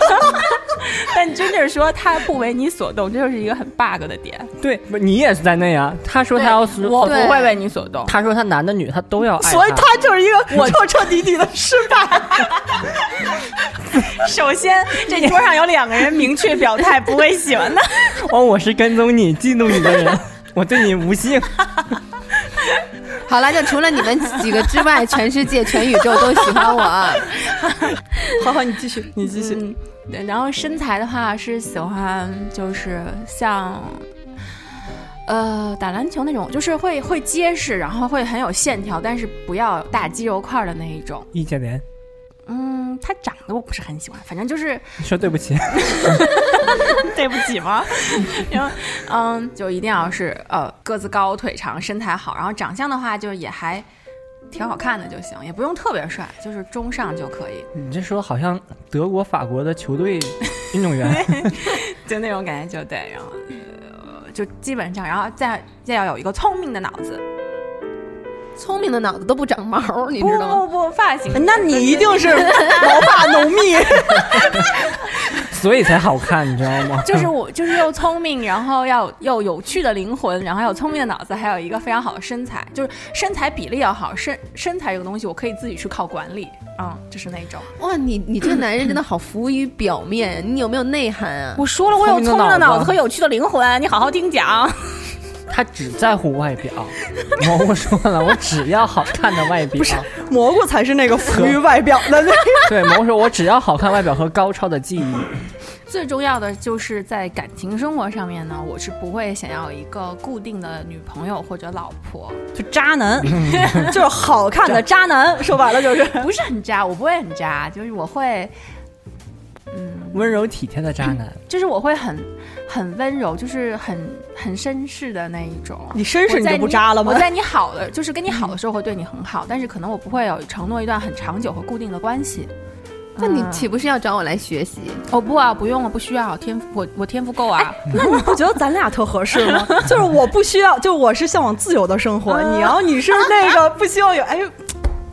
E: 但真正说他不为你所动，这就是一个很 bug 的点。
C: 对，不你也是在那啊。他说他要是，
E: 我不
D: 对
E: 会为你所动，
C: 他说他男的女的他都要爱他，
B: 所以他就是一个彻彻底底的失
E: [LAUGHS]
B: 败。
E: 首先，这桌上有两个人明确表态不会喜
A: [LAUGHS]
E: 欢的，
C: 哦，我是跟踪你、嫉妒你的人， [LAUGHS] 我对你无性。
D: 好了，就除了你们几个之外，全世界全宇宙都喜欢我。
B: 好好，你继续，你继续。
A: 嗯，对然后身材的话是喜欢就是像。呃，打篮球那种，就是会会结实，然后会很有线条，但是不要大肌肉块的那一种。
C: 易建联，
A: 嗯，他长得我不是很喜欢，反正就是，
C: 你说对不起，
E: 对不起
A: [LAUGHS]
E: 吗？
A: 嗯，就一定要是呃个子高、腿长、身材好，然后长相的话就是也还挺好看的就行，也不用特别帅，就是中上就可以。
C: [LAUGHS] 你这说好像德国、法国的球队运动员，
A: 就那种感觉就对，然后、呃、就基本上，然后再再要有一个聪明的脑子，
D: 聪明的脑子都不长毛，你
A: 不
D: 知道吗？
A: 不不，发 [LAUGHS] 型
B: 嗯那你一定是毛发浓密，
C: 所以才好看，你知道吗？
A: 就是我就是又聪明，然后要又有趣的灵魂，然后要有聪明的脑子，还有一个非常好的身材，就是身材比例要好，身身材这个东西我可以自己去靠管理，嗯，就是那种。
D: 哇，你你这个男人真的好浮于表面， [LAUGHS] 你有没有内涵啊？
E: [LAUGHS] 我说了，我有
C: 聪
E: 聪
C: 明
E: 明
C: 的脑子
E: 的脑子和有趣的灵魂，你好好听讲。
C: 他只在乎外表。蘑菇说了，我只要好看的外表。
B: 蘑菇才是那个浮于外表的那个。
C: 对，蘑菇说，我只要好看外表和高超的技艺。
A: 最重要的就是在感情生活上面呢，我是不会想要一个固定的女朋友或者老 [LAUGHS] 婆，
B: 就渣 [LAUGHS] 男，就是好看的渣男，说白了就是。
A: 不是很渣，我不会很渣，就是我会，嗯，
C: 温柔体贴的渣男，
A: 就是我会很很温柔，就是很很绅士的那一种。
B: [LAUGHS] 你绅士
A: 我
B: 你
A: 在
B: 就不渣了吗
A: 我？在你好的，就是跟你好的时候会对你很好，但是可能我不会有承诺一段很长久和固定的关系。
D: 那你
A: 嗯
D: 岂不是要找我来学 [COUGHS] 习？
A: 哦不啊，不用了，不需要，天赋我我天赋够啊。
B: 那你不觉得咱俩特合适 [LAUGHS] 吗？就是我不需要，就是我是向往自由的生活，你要你是那 [LAUGHS] 个不希望有，哎呦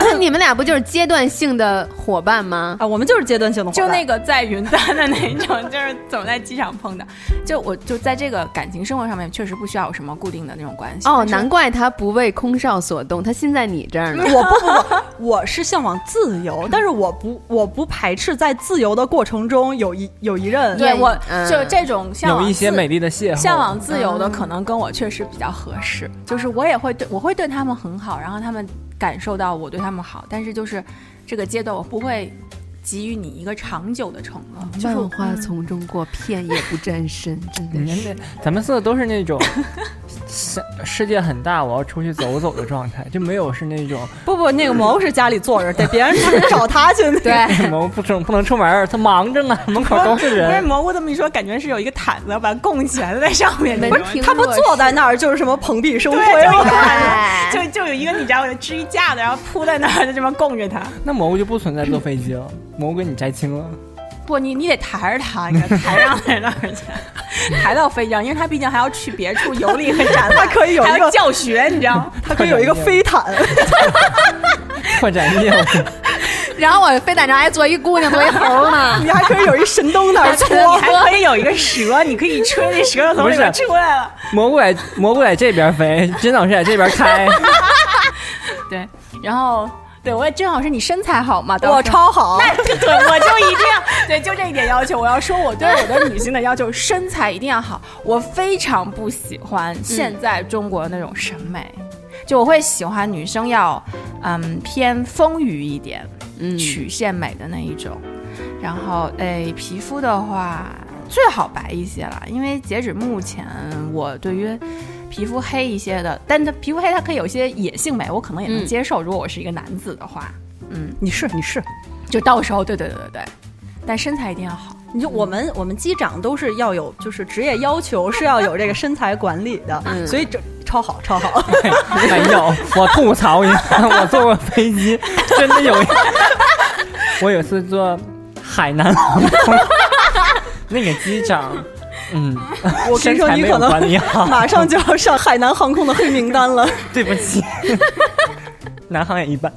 D: 那你们俩不就是阶段性的伙伴吗？
B: 啊，我们就是阶段性的伙
E: 就
B: 伴
E: 那个在云端的那一种，
A: [LAUGHS]
E: 就是总在机场碰到。
A: 就我就在这个感情生活上面，确实不需要有什么固定的那种关系。
D: 哦，
A: 但是
D: 难怪他不为空少所动，他心在你这儿呢。
B: 我不不不，我是向往自由，但是我不我不排斥在自由的过程中有一有一任
A: 对
D: 嗯
A: 我就这种嗯向
C: 有
A: 往
C: 一些
A: 自
C: 美丽的邂逅，
A: 向往自由
E: 嗯
A: 的，可能跟我确实比较合适。就是我也会对我会对他们很好，然后他们感受到我对他们好，但是就是这个阶段我不会给予你一个长久的承
E: 哦
A: 诺。就是
D: 漫花丛中过，片叶不沾身，真
C: 人
D: 的
C: 家
D: 是。
C: 那咱们四个都是那种世世界很大，我要出去走走的状态，就没有是那种 [LAUGHS]
B: 不不，那个蘑菇是家里坐 [LAUGHS] 着，得别人找他去。
D: 对，
C: 什么不出不能出门儿，他忙着呢，门口都是
E: 不是
C: 人。
E: 蘑菇这么一说，感觉是有一个毯子把它供起来在上面，
D: 门
E: 那种
D: 庭
B: 他不
D: 若
B: 坐在那儿就是什么蓬荜生辉
E: 对
B: 了。
D: [LAUGHS] 哎
E: 就就有一个你知道的支架的，然后铺在那儿就这么供着它。
C: 那蘑菇就不存在坐飞机
B: [COUGHS]
C: 了，蘑菇给你摘青了。
E: 不，你你得抬着它，你给它抬上在
A: [LAUGHS]
E: 那儿去，抬到飞机上，因为它毕竟还要去别处游历和展 [LAUGHS]
B: [LAUGHS] 他
E: 览，
B: 可以有
E: 还
B: 一
E: 要
B: 个，
E: 教学，你知道吗？
B: 他可以有一个飞毯，
C: 拓展
B: [LAUGHS]
C: 业务，
D: 然后我飞毯上还坐一姑娘，坐一猴呢。 [LAUGHS]
B: 你还可以有一神
E: [LAUGHS]
B: 灯那儿搓。
E: 你还可以有一个蛇，你可以吹那蛇从里面出来了。
C: 蘑菇在蘑菇在这边飞，真老师在这边
B: [LAUGHS]
C: 开，
A: [LAUGHS] 对，然后对我也正好是你身材好嘛，
B: 我
A: 我超
B: 超
A: [LAUGHS]
B: 好，
E: 对，我就一定要， [LAUGHS] 对，就这一点要求。我要说，我对我的女性的要求是，
A: 身材一定要好，我非常不喜欢现在中国那种审美。就我会喜欢女生要，嗯，偏丰腴一点，
D: 嗯
A: 曲线美的那一种。然后，诶，皮肤的话最好白一些啦，因为截止目前，我对于皮肤黑一些的，但它皮肤黑它可以有一些野性美，我可能也能
D: 嗯
A: 接受。如果我是一个男子的话，嗯，
B: 你是你是，
A: 就到时候，对对对对对，但身材一定要好。嗯
B: 你就我们我们机长都是要有，就是职业要求是要有这个身材管理的，
D: 嗯
B: 所以这超好超好。
C: [LAUGHS] 没有，哎我吐槽一下， [LAUGHS] 我坐过飞机，真的
B: [LAUGHS]
C: 有一，我有一次坐海南航
B: [LAUGHS]
C: 空，那个机长，嗯，
B: 我跟
C: 身
B: 你说，
C: 材
B: 你
C: 没
B: 可
C: 有
B: 能
C: 管理 [LAUGHS] 好，
B: [LAUGHS] 马上就要上海南航空的黑名单了。
C: 对不起， [LAUGHS] 南航也一般。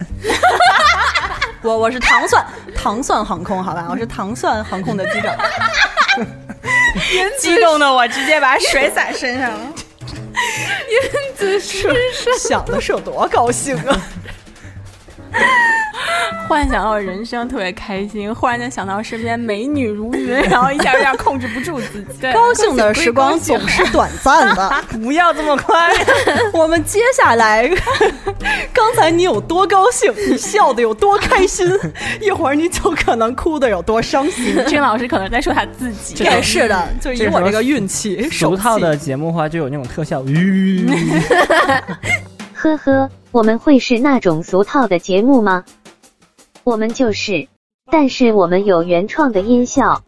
B: 我我是糖蒜糖蒜航空，好吧，我是糖蒜航空的机
C: [LAUGHS]
B: 长。
E: 激动的我直接把水洒身上了。
C: [LAUGHS]
B: 想的是有多高兴啊！
E: 幻想到人生特别开心，忽然间想到身边美女如云，然后一下有点控制不住自己。对
B: [LAUGHS] 高兴的时光总
A: [LAUGHS]
B: 是短暂 [LAUGHS] 的，
C: 不要这么快！
B: [LAUGHS] 我们接下来， [LAUGHS] 刚才你有多高兴，你笑的有多开心， [LAUGHS] 一会儿你就可能哭的有多伤心。 [LAUGHS]
E: 君老师可能在说他自己，
A: [LAUGHS]
B: 也是的，就以
C: 这
B: 我
C: 时候
B: 这个运气，
C: 俗
B: 手
C: 套
B: 气
C: 的节目话就有那种
B: [LAUGHS]
C: 特效，吁、
F: 呵呵，我们会是那种俗套的节目吗？我们就是，但是我们有原创的音效。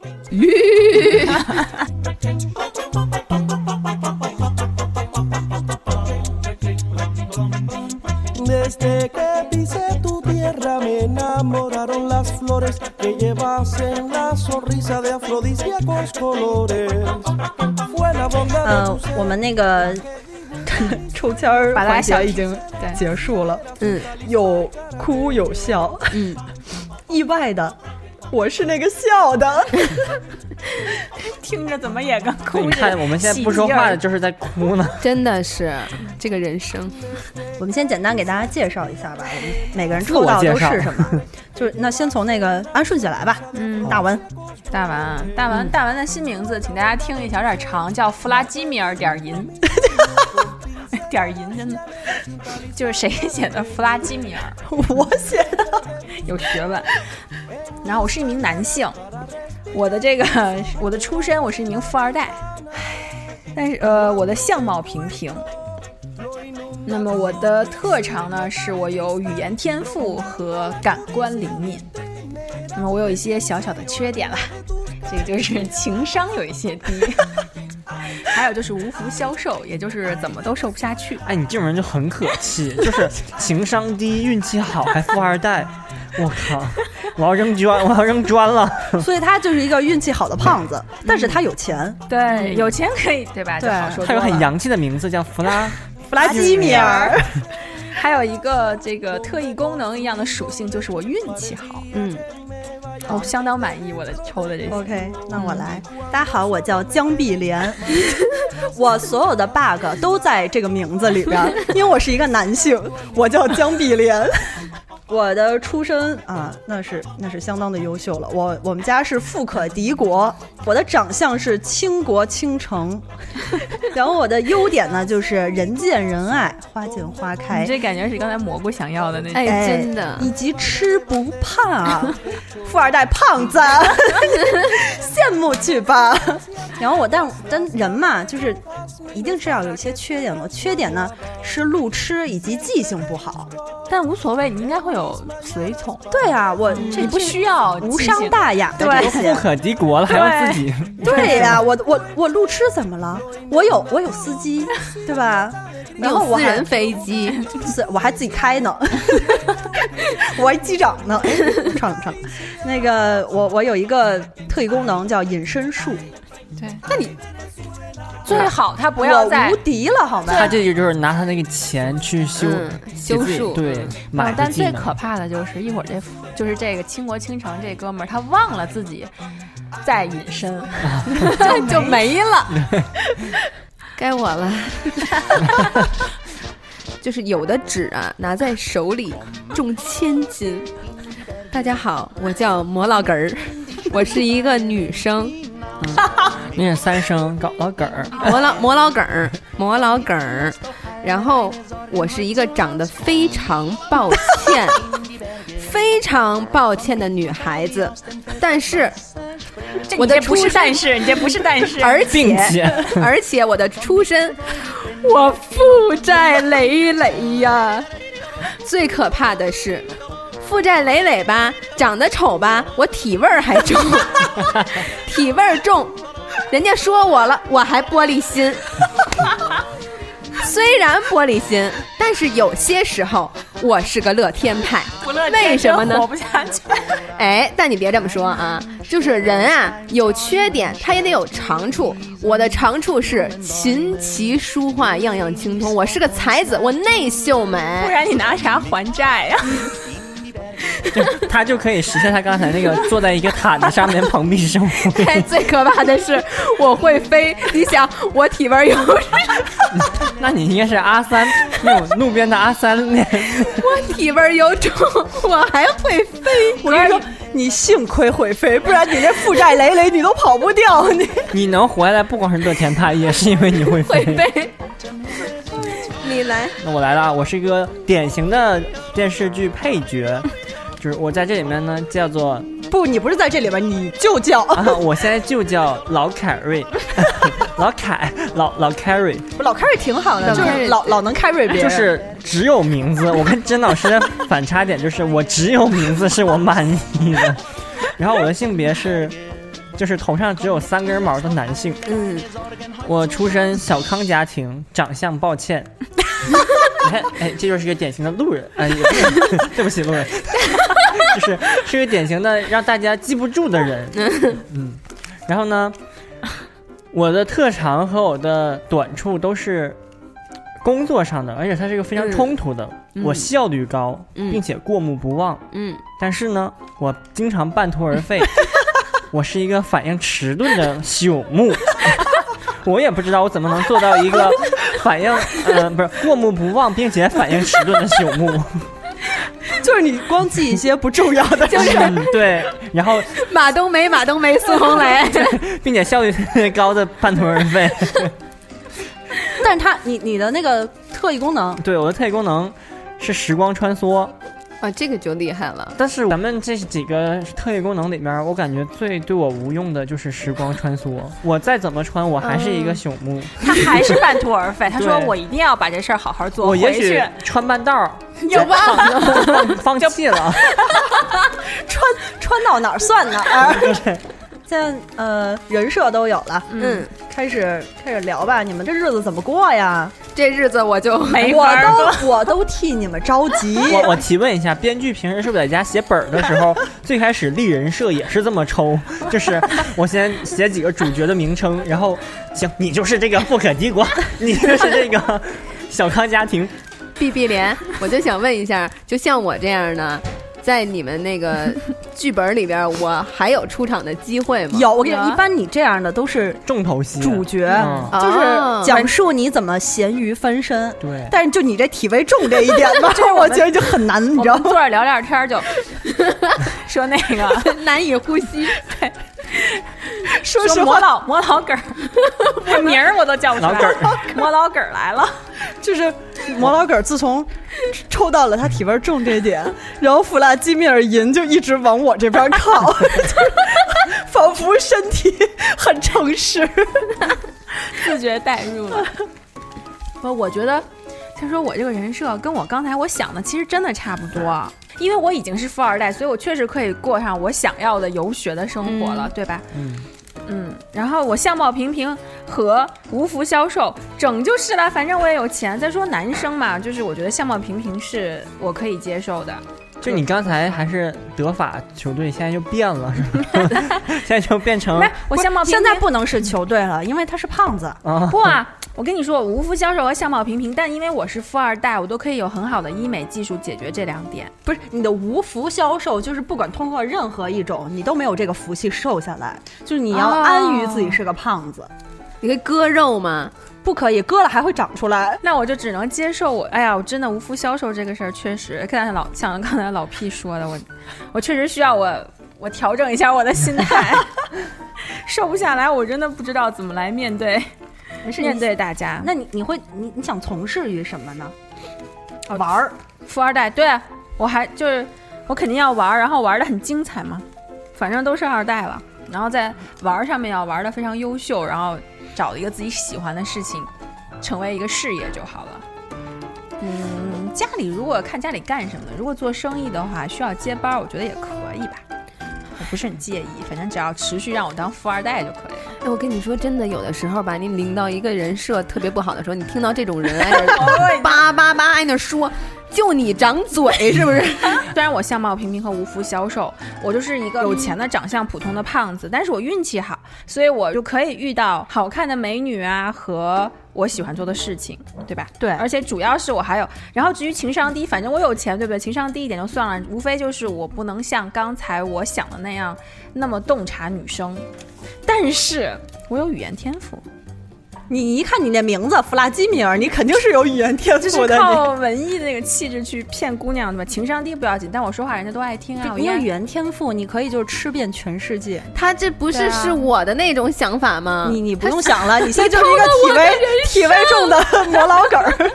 G: Desde que pisé tu tierra me enamoraron las flores que llevas en la sonrisa de afrodisíacos colores. Fue la bondad
B: 呃，我们那个 [LAUGHS] 抽签儿
A: 把大家
B: 环
A: 想
B: 节已经结束了，
D: 嗯，
B: 有哭有笑，嗯， [LAUGHS] 意外的，我是那个笑的，
E: 听着怎么也跟
C: 对
E: 哭
C: 你
E: 似
C: 看
E: 的。
C: 我们现在不说话就是在哭呢。
D: 真的是这个人生，
B: 我们先简单给大家介绍一下吧，我们每个人
C: 自
B: 抽
C: 我
B: 到
C: 介
B: 都
C: 绍
B: 是什么？就是那先从那个按顺序来吧，
A: 嗯，
B: 大
C: [LAUGHS]
B: 文，
A: 大丸，大丸，大丸的新名字，请大家听一下，有点长，叫弗拉基米尔点
E: [LAUGHS]
A: 儿银，点儿银真的就是谁写的弗拉基米尔，
B: [LAUGHS] 我写的
A: 有学问。然后我是一名男性，
E: 我的这个我的出身，我是一名富二代，唉但是呃，我的相貌平平。那么我的特长呢，是我有语言天赋和感官灵敏。那么我有一些小小的缺点啦，这个就是 [LAUGHS] 情商有一些低，
A: [LAUGHS]
E: 还有就是无福消受，也就是怎么都受不下去。
C: 哎，你这种人就很可气，就是情商低、运气好还富二代，我靠！我要扔砖，我要扔砖了。
B: 所以他就是一个运气好的胖子，但是他有钱，
C: 嗯
E: 对，嗯有钱可以，对吧？就好说
C: 他
E: 多了。
C: 有很洋气的名字叫弗拉，
B: 弗拉基米尔，
E: 还有一个这个特异功能一样的属性，就是我运气好。
D: 嗯，
E: 哦，相当满意我的抽的这些。
B: OK，那我来。大家好，我叫江碧莲， [LAUGHS] 我所有的 bug 都在这个名字里边儿，因为我是一个男性，我叫江碧莲。我的出身啊，那是那是相当的优秀了。我我们家是富可敌国，我的长相是倾国倾城， [LAUGHS] 然后我的优点呢就是人见人爱，花见花开
E: 你。这感觉是刚才蘑菇想要的那种。
D: 哎，真的，
B: 以及吃不胖啊， [LAUGHS] 富二代胖子， [LAUGHS] 羡慕去吧。然后我，但但人嘛，就是一定是要有一些缺点的。缺点呢是路痴以及记性不好。
A: 但无所谓，你应该会有随从，
B: 对啊，我
A: 这
B: 这
A: 你不需要
B: 无
A: 记
B: 伤
A: 性。
B: 大雅的这
C: 都富
B: 些。
C: 可敌国了，还要自己。
B: [LAUGHS] 对呀、我我我路痴怎么了？我有我有司机，对 [LAUGHS] 吧？
D: 你
B: 然后
D: 有
B: 我
D: 私
B: 还
D: 人飞机，
B: 是，我还自己开呢，我还机长呢，哎唱了唱了。那个，我我有一个特异功能叫隐身术，
E: 最好他不要
B: 我
E: 在
B: 无敌了，好吗？
C: 他这个就是拿他那个钱去修
D: 嗯
C: 给
D: 修
C: 自己
D: 树
C: 对，买
A: 嗯但
C: 的技
A: 最
C: 能。
A: 可怕的就是一会儿这就是这个倾国倾城这哥们儿，他忘了自己在隐身，
D: 就就没了， [LAUGHS] 该我了。 [LAUGHS] 就是有的纸啊，拿在手里重千斤。大家好，我叫摩老根儿，我是一个女生，
C: 那是三声搞老梗儿，
D: 摩老摩老梗儿，摩老梗儿。然后我是一个长得非常抱歉、非常抱歉的女孩子，但是
E: 这
D: 我的
E: 你这不是
D: 出身
E: 但是，你这不是但
A: [LAUGHS]
E: 是，
D: 而且
C: 并且
D: 而且我的出身，我负债累累呀、最可怕的是，负债累累吧，长得丑吧，我体味儿还
C: [LAUGHS]
D: 重，体味儿重，人家说我了，我还玻
C: [LAUGHS]
D: 璃心。虽然玻璃心，但是有些时候我是个乐天派。
E: 不乐
A: [LAUGHS]
D: 为什么呢
E: 真活不下去。
D: 哎，但你别这么说啊，就是人啊有缺点，他也得有长处。我的长处是琴棋书画样样精通，我是个才子，我内秀
E: 不
D: 美。
E: 然你拿啥还债
A: 啊 [LAUGHS]
E: 呀、
C: 就他就可以实现他刚才那个坐在一个毯子上面蓬荜生辉。
D: 但哎最可怕的是我会飞，你想我
A: [LAUGHS]
D: 体温有，
C: 那你应该是阿三那种路边的阿三那
D: 我体温有种，我还会飞。
B: 我跟你说，你幸亏会飞，不然你那负债累累，你都跑不掉。 [LAUGHS] 你
C: 你能活下来，不光是乐天派，也是因为你会飞。
D: 会飞。你来，
C: 那我来啦，我是一个典型的电视剧配角，就是我在这里面呢叫做
B: 不，你不是在这里边，你就叫
C: 啊，我现在就叫老凯瑞， [LAUGHS] 老凯，老老凯瑞，
B: 老开瑞挺好的，
D: 老
B: 就是老老能开瑞别人，
C: 就是只有名字。我跟甄老师的反差点就是我只有名字是我满意的，然后我的性别是。就是头上只有三根毛的男性，
D: 嗯，
C: 我出身小康家庭，长相抱歉。 [LAUGHS] 你看，哎，这就是个典型的路人，哎，也不是 [LAUGHS] 对不起路人，就是是个典型的让大家记不住的人。嗯，然后呢，我的特长和我的短处都是工作上的，而且它是一个非常冲突的。
D: 嗯
C: 我效率高，
D: 嗯
C: 并且过目不忘，
D: 嗯，
C: 但是呢，我经常半途而
D: [LAUGHS]
C: 废。我是一个反应迟钝的朽木， [LAUGHS] 我也不知道我怎么能做到一个反应，呃，不是过目不忘，并且反应迟钝的朽木。
D: [LAUGHS]
B: 就是你光记一些不重要的，
D: 就是
C: 嗯，对，然后
D: 马冬梅，马冬梅，苏红雷，
C: 并且效率特别高的半途而废。
B: 但
D: 嗯
B: 是他你你的那个特异功能
C: 对，我的特异功能是时光穿梭，
D: 啊，这个就厉害了。
C: 但是咱们这几个特异功能里面，我感觉最对我无用的就是时光穿梭。我再怎么穿，我还是一个朽木。
A: [LAUGHS] 他还是半途而废。他说
C: 对
A: 我一定要把这事儿好好做，
C: 我也
A: 回
C: 许
A: 去
C: 穿半道儿
A: [LAUGHS] 有吧？
C: [LAUGHS] 放弃了。
B: 穿穿到哪儿算
C: [LAUGHS]
B: 哪儿。现在呃，人设都有了，
D: 嗯，
B: 开始开始聊吧。你们这日子怎么过呀？
D: 这日子我就
A: 没
B: 我
A: 法儿过
B: 都我都替你们着急。
C: [LAUGHS] 我我提问一下，编剧平时是不是在家写本儿的时候，最开始立人设也是这么抽？ [LAUGHS] 就是我先写几个主角的名称，然后行，你就是这个富可敌国，你就是这个小康家庭，
D: 闭闭脸，我就想问一下，就像我这样的，在你们
B: [LAUGHS]
D: 那个剧本里边，我还有出场的机会吗？
B: 有，我跟
A: 有
B: 你讲，
A: 啊
B: 一般你这样的都是
C: 重头戏
B: 主角，
C: 嗯
B: 就是
A: 啊
D: 哦
B: 讲述你怎么咸鱼翻身。
C: 对，
B: 但是就你这体味重这一点
A: [LAUGHS]
B: 吧，这我觉得就很难，你
A: 我
B: 知道
A: 们
B: 吗？
A: 坐着聊聊天儿 [LAUGHS] 就说那个
D: 难以呼吸。
A: [LAUGHS]
B: 说实
A: 说磨
B: 话，
A: 老磨老 [LAUGHS] 梗儿，我名儿我都叫不出
C: 老
A: 来。
C: 梗儿
A: [LAUGHS] 磨老梗儿来了，
B: 就是摩老梗自从抽到了他体味重这一点，然后弗拉基米尔银就一直往我这边靠， [LAUGHS] 就是仿佛身体很诚实。
A: 自觉代入了。 [LAUGHS] 不，我觉得他说我这个人设跟我刚才我想的其实真的差不多，因为我已经是富二代，所以我确实可以过上我想要的游学的生活了，对吧？
C: 嗯，
A: 嗯，然后我相貌平平和无福消受，整就是了，反正我也有钱。再说男生嘛，就是我觉得相貌平平是我可以接受的。
C: 就你刚才还是德法球队，现在就变了，是吧？现在就变成
A: 没有，嗯我相貌平平 [LAUGHS]
B: 现在不能是球队了，因为他是胖子。
C: 啊，
A: 不啊，我跟你说，我无福消受和相貌平平，但因为我是富二代，我都可以有很好的医美技术解决这两点。
B: 不是你的无福消受，就是不管通过任何一种，你都没有这个福气瘦下来。就是你要
A: 哦
B: 安于自己是个胖子，
D: 你可以割肉吗？
B: 不可以割了还会长出来。
A: 那我就只能接受我，哎呀，我真的无福消受这个事儿，确实，刚才老像刚才老 P 说的，我我确实需要我我调整一下我的心态， [LAUGHS] 瘦不下来，我真的不知道怎么来面对面对大家。
B: 那你你会你你想从事于什么呢？玩儿，
A: 富二代，对啊我还就是我肯定要玩儿，然后玩儿的很精彩嘛，反正都是二代了，然后在玩儿上面要玩的非常优秀，然后找一个自己喜欢的事情，成为一个事业就好了。嗯，家里如果看家里干什么，如果做生意的话，需要接班儿，我觉得也可以吧，我不是很介意，反正只要持续让我当富二代就可以了。
D: 哎，我跟你说，真的，有的时候吧，你领到一个人设特别不好的时候，你听到这种
B: [LAUGHS]
D: 人挨那儿叭叭叭挨那儿说，就你长嘴是不是？ [LAUGHS]
A: 虽然我相貌平平和无福消受，我就是一个嗯有钱的长相普通的胖子，但是我运气好，所以我就可以遇到好看的美女啊和我喜欢做的事情，对吧？
B: 对
A: 而且主要是我还有，然后至于情商低，反正我有钱，对不对？情商低一点就算了，无非就是我不能像刚才我想的那样那么洞察女生，但是我有语言天赋，
B: 你一看你那名字弗拉基米尔，你肯定是有语言天
A: 就
B: 赋
A: 是
B: 的。
A: 靠文艺的那个气质去骗姑娘，对吧？情商低不要紧，但我说话人家都爱听啊，我
B: 你
A: 一
B: 有
A: 样
B: 语言天赋，你可以就是吃遍全世界。
D: 他这不
A: 对
D: 是
A: 啊
D: 是我的那种想法吗？
B: 你你不用想了，你现在就是一个体味体味重的磨老梗儿，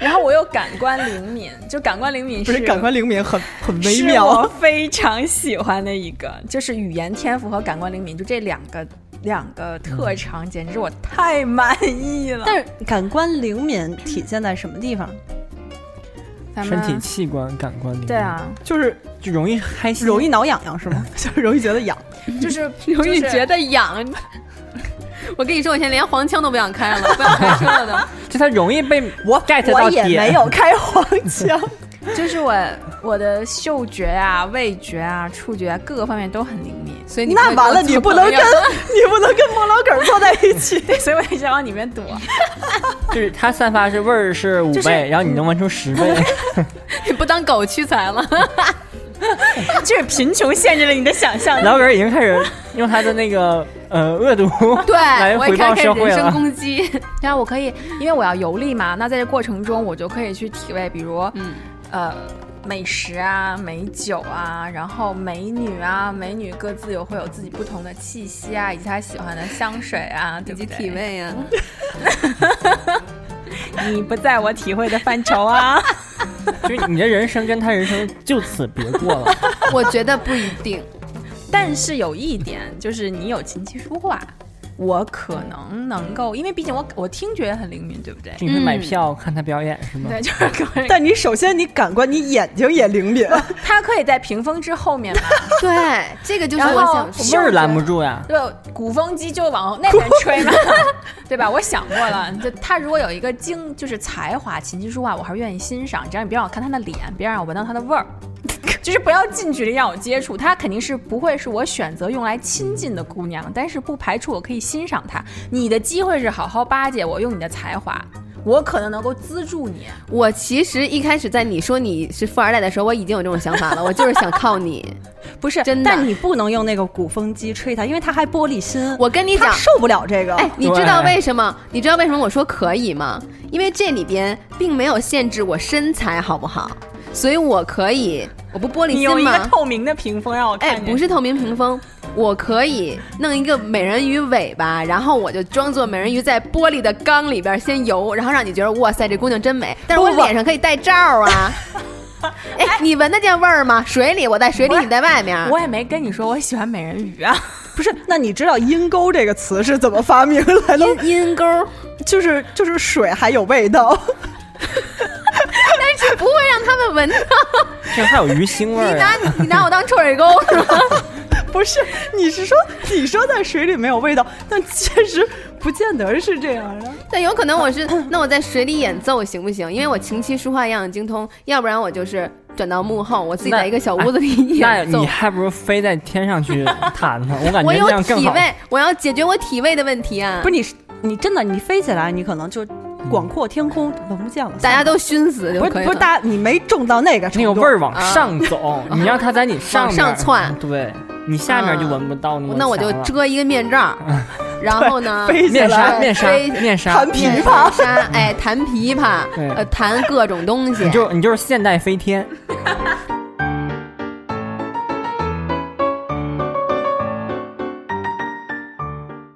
A: 然后我又感官灵敏，就感官灵敏
B: 不是感官灵敏很很微
A: 是我
B: 妙。
A: 非常喜欢的一个，就是语言天赋和感官灵敏，就这两个两个特长，简直我太满意了。
B: 但是感官灵敏体现在什么地方？
A: 咱
C: 身
A: 们
C: 体器官、感官灵敏
A: 对，啊，
B: 就是
C: 就容易开心，
B: 容易挠痒痒是吗？就是容易觉得痒。
A: [LAUGHS] 就是
D: 容易
A: 就是
D: 觉得痒。 [LAUGHS] 我跟你说，我现在连黄腔都不想开了，不想开车了都。
C: 就它容易被
B: 我
C: get
B: 我
C: 到
B: 也
C: 点
B: 没有开黄腔，
A: 就是我我的嗅觉啊、味觉啊、触觉啊各个方面都很灵敏，
D: 所以你
B: 那
D: 会
B: 完了，
D: 跟我
B: 你
D: 做
B: 不
D: 朋
B: 能
D: 友
B: 跟 [LAUGHS] 你不能跟磨老梗儿坐在
A: [LAUGHS]
B: 一起。
A: 所以我也想往里面躲。
C: 就是它散发是味儿是五
A: 就
C: 倍，
A: 是
C: 然后你能闻出十倍，
D: 你不当狗屈才了。
A: [LAUGHS] 就是贫穷限制了你的想象力。
C: 老梗已经开始用它的那个呃恶毒 [LAUGHS]
D: 对，
C: 来
D: 我
C: 哎回
D: 也
C: 报
D: 开始
C: 社会
D: 人身
C: 了。
D: 攻击。
A: 对啊，我可以，因为我要游历嘛，那在这过程中我就可以去体味，比如，
D: 嗯
A: 呃，美食啊、美酒啊，然后美女啊，美女各自有会有自己不同的气息啊，以及她喜欢的香水啊，
D: 以
A: [LAUGHS] 对不
D: 及
A: 对
D: 体，味呀、
A: 你不在我体会的范畴啊。
C: 就是你的人生跟他人生就此别过了。
D: 我觉得不一定。
A: [LAUGHS] 但是有一点就是你有琴棋书画，我可能能够，因为毕竟我我听觉很灵敏，对不对？
C: 你会买票看他表演是吗？
A: 对，就是可以。
B: 但你首先你感官，你眼睛也灵敏，
A: 他可以在屏风之后面嘛，
D: 对，这个就是
A: 然
D: 我
A: 后
D: 想说
C: 味儿拦不住呀。
A: 对，鼓风机就往那边吹嘛， [LAUGHS] 对吧？我想过了，就他如果有一个精，就是才华，琴棋书画，我还是愿意欣赏，只要你别让我看他的脸，别让我闻到他的味儿， [LAUGHS] 就是不要近距离让我接触。他肯定是不会是我选择用来亲近的姑娘，但是不排除我可以欣赏她。你的机会是好好巴结我，用你的才华。我可能能够资助你，
D: 我其实一开始在你说你是富二代的时候，我已经有这种想法
A: [LAUGHS]
D: 了，我就是想靠你。
B: 不是
D: 真的
B: 但你不能用那个鼓风机吹它，因为它还玻璃心。
D: 我跟你
B: 他
D: 讲，
B: 受不了这个。
D: 哎，你知道为什么？你知道为什么我说可以吗？因为这里边并没有限制我身材，好不好？所以我可以，我不玻璃
A: 你用
D: 心
A: 一个
D: 吗？
A: 透明的屏风让我看
D: 哎，
A: 见，
D: 不是透明屏风，我可以弄一个美人鱼尾巴，然后我就装作美人鱼在玻璃的缸里边先游，然后让你觉得哇塞，这姑娘真美。但是我
B: 不不
D: 脸上可以戴罩啊。哎，你闻得见味儿吗？水里，我在水里，你在外面。
A: 我也没跟你说我喜欢美人鱼啊。
B: 不是，那你知道“阴沟”这个词是怎么发明来的？
D: 阴阴沟儿
B: 就是就是水还有味道， [LAUGHS]
D: 不会让他们闻到。
C: 这还有鱼腥味
D: [LAUGHS]
C: 儿啊
D: 你拿
C: 呀。
D: 你你拿我当臭水沟是吗？
B: 不是？你是说你说在水里没有味道，但确实不见得是这样的。
D: [LAUGHS] 但有可能我是，那我在水里演奏行不行？因为我琴棋书画样样精通，要不然我就是转到幕后，我自己在一个小屋子里
C: 哎那
D: 演奏
C: 你。还不如飞在天上去弹呢，
B: 啊
C: 我感
D: 我
C: 觉
D: 有
C: 那样更
D: 体
C: 好。
D: 位，我要解决我体位的问题啊！
B: 不是你是，你真的你飞起来，你可能就广阔天空闻不见了。
D: 大家都熏死就
B: 不是
D: 可以
B: 不是
D: 了。
B: 大家，你没中到那个程
C: 那个
B: 度
C: 味儿往上走，你让它在你上面
D: 往上窜
C: 对你下面就闻不到那个、
D: 那我就遮一个面罩，
B: [LAUGHS]
D: 然后呢，
B: 飞起
C: 面
B: 来
C: 纱，面纱，
D: 飞
C: 面纱
B: 弹，
D: 面
B: 琵琶，
D: 纱，哎，弹琵琶
C: 对，
D: 呃，弹各种东西
C: 你。就你就是现代飞天。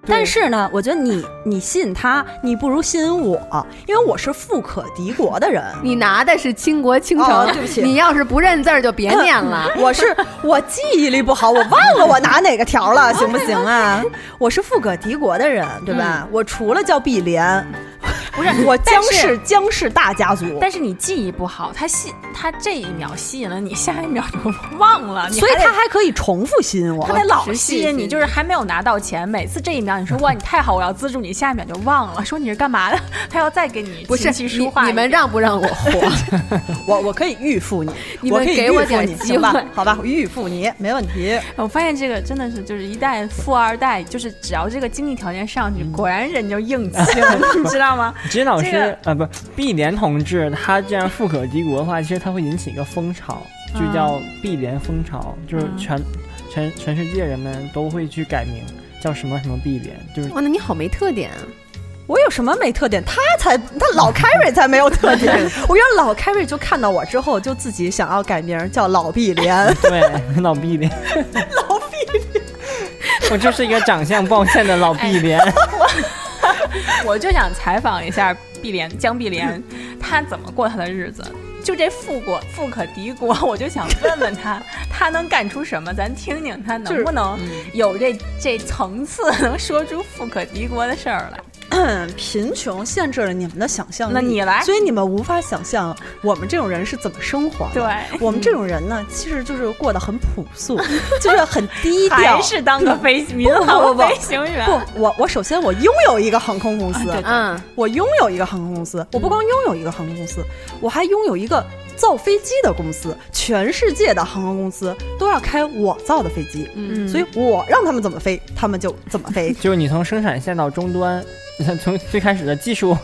B: 但是呢，我觉得你你吸引他，你不如吸引我，因为我是富可敌国的人。
D: 你拿的是倾国倾城
B: 哦对不，起
D: 你要是不认字儿就别念了。
B: [LAUGHS] 我是我记忆力不好，我忘了我拿哪个条了，行不行啊？我是富可敌国的人，对吧？我除了叫碧莲，不是 [LAUGHS] 我
A: 但
B: 姜
A: 是
B: 氏姜氏大家族，
A: 但是你记忆不好，他吸他这一秒吸引了你，下一秒就忘了，你
B: 所以
A: 还得
B: 他还可以重复吸引我
A: 他。得老
D: 哦持
A: 吸
D: 续
A: 引
D: 吸
A: 你，
D: 引
A: 就是还没有拿到钱，每次这一秒你说哇你太好，我要资助你，下一秒就忘了，说你是干嘛的，他要再给你
D: 不是
A: 琴棋
D: 你
A: 书画一
D: 你
A: 遍
D: 们让
B: [LAUGHS]
D: 不让我活？
B: 我我可以预付你，
D: 你
B: 我
D: 们
B: 可以
D: 给
B: 预
D: 我
B: 付
D: 点
B: 你，
D: 机
B: 行吧
D: 会？
B: 好吧，我预付你，没问题。
A: 我发现这个真的是就是一代富二代，就是只要这个经济条件上去，果然人就硬气了， [LAUGHS] 你知道吗？
C: 指导师
A: 这个
C: 呃，不，碧莲同志，他这样富可敌国的话，其实他会引起一个风潮，就叫碧莲风潮，就是全、全全世界人们都会去改名叫什么什么碧莲，就是
D: 哦哇，那你好没特点啊！
B: 我有什么没特点？他才他老凯瑞才没有特点。 [LAUGHS] 我让老凯瑞就看到我之后，就自己想要改名儿叫老碧莲。
C: [LAUGHS] 对老
B: [LAUGHS]
C: 碧莲，老 [LAUGHS] 碧莲，我就是一个长相抱歉的老碧莲。。
B: 哎
A: 我就想采访一下碧莲江碧莲，她怎么过她的日子？就这富国富可敌国，我就想问问她，她能干出什么？咱听听她能不能有这这层次，能说出富可敌国的事儿来？
B: [COUGHS] 贫穷限制了你们的想象力，
A: 那你来
B: 所以你们无法想象我们这种人是怎么生活的。
A: 对
B: 我们这种人呢，其实就是过得很朴 [LAUGHS] 素，就是很低调。
A: 还是当 [LAUGHS] 个飞民
B: 不
A: 航
B: 不不
A: 飞行员？
B: 不，我我首先我拥有一个航空公司，
D: 嗯，
B: 我拥有一个航空公司，我不光拥有一个航空公司，我还拥有一个造飞机的公司，全世界的航空公司都要开我造的飞机，
D: 嗯
B: 所以我让他们怎么飞，他们就怎么飞
C: 就是你从生产线到终端，你看从最开始的技术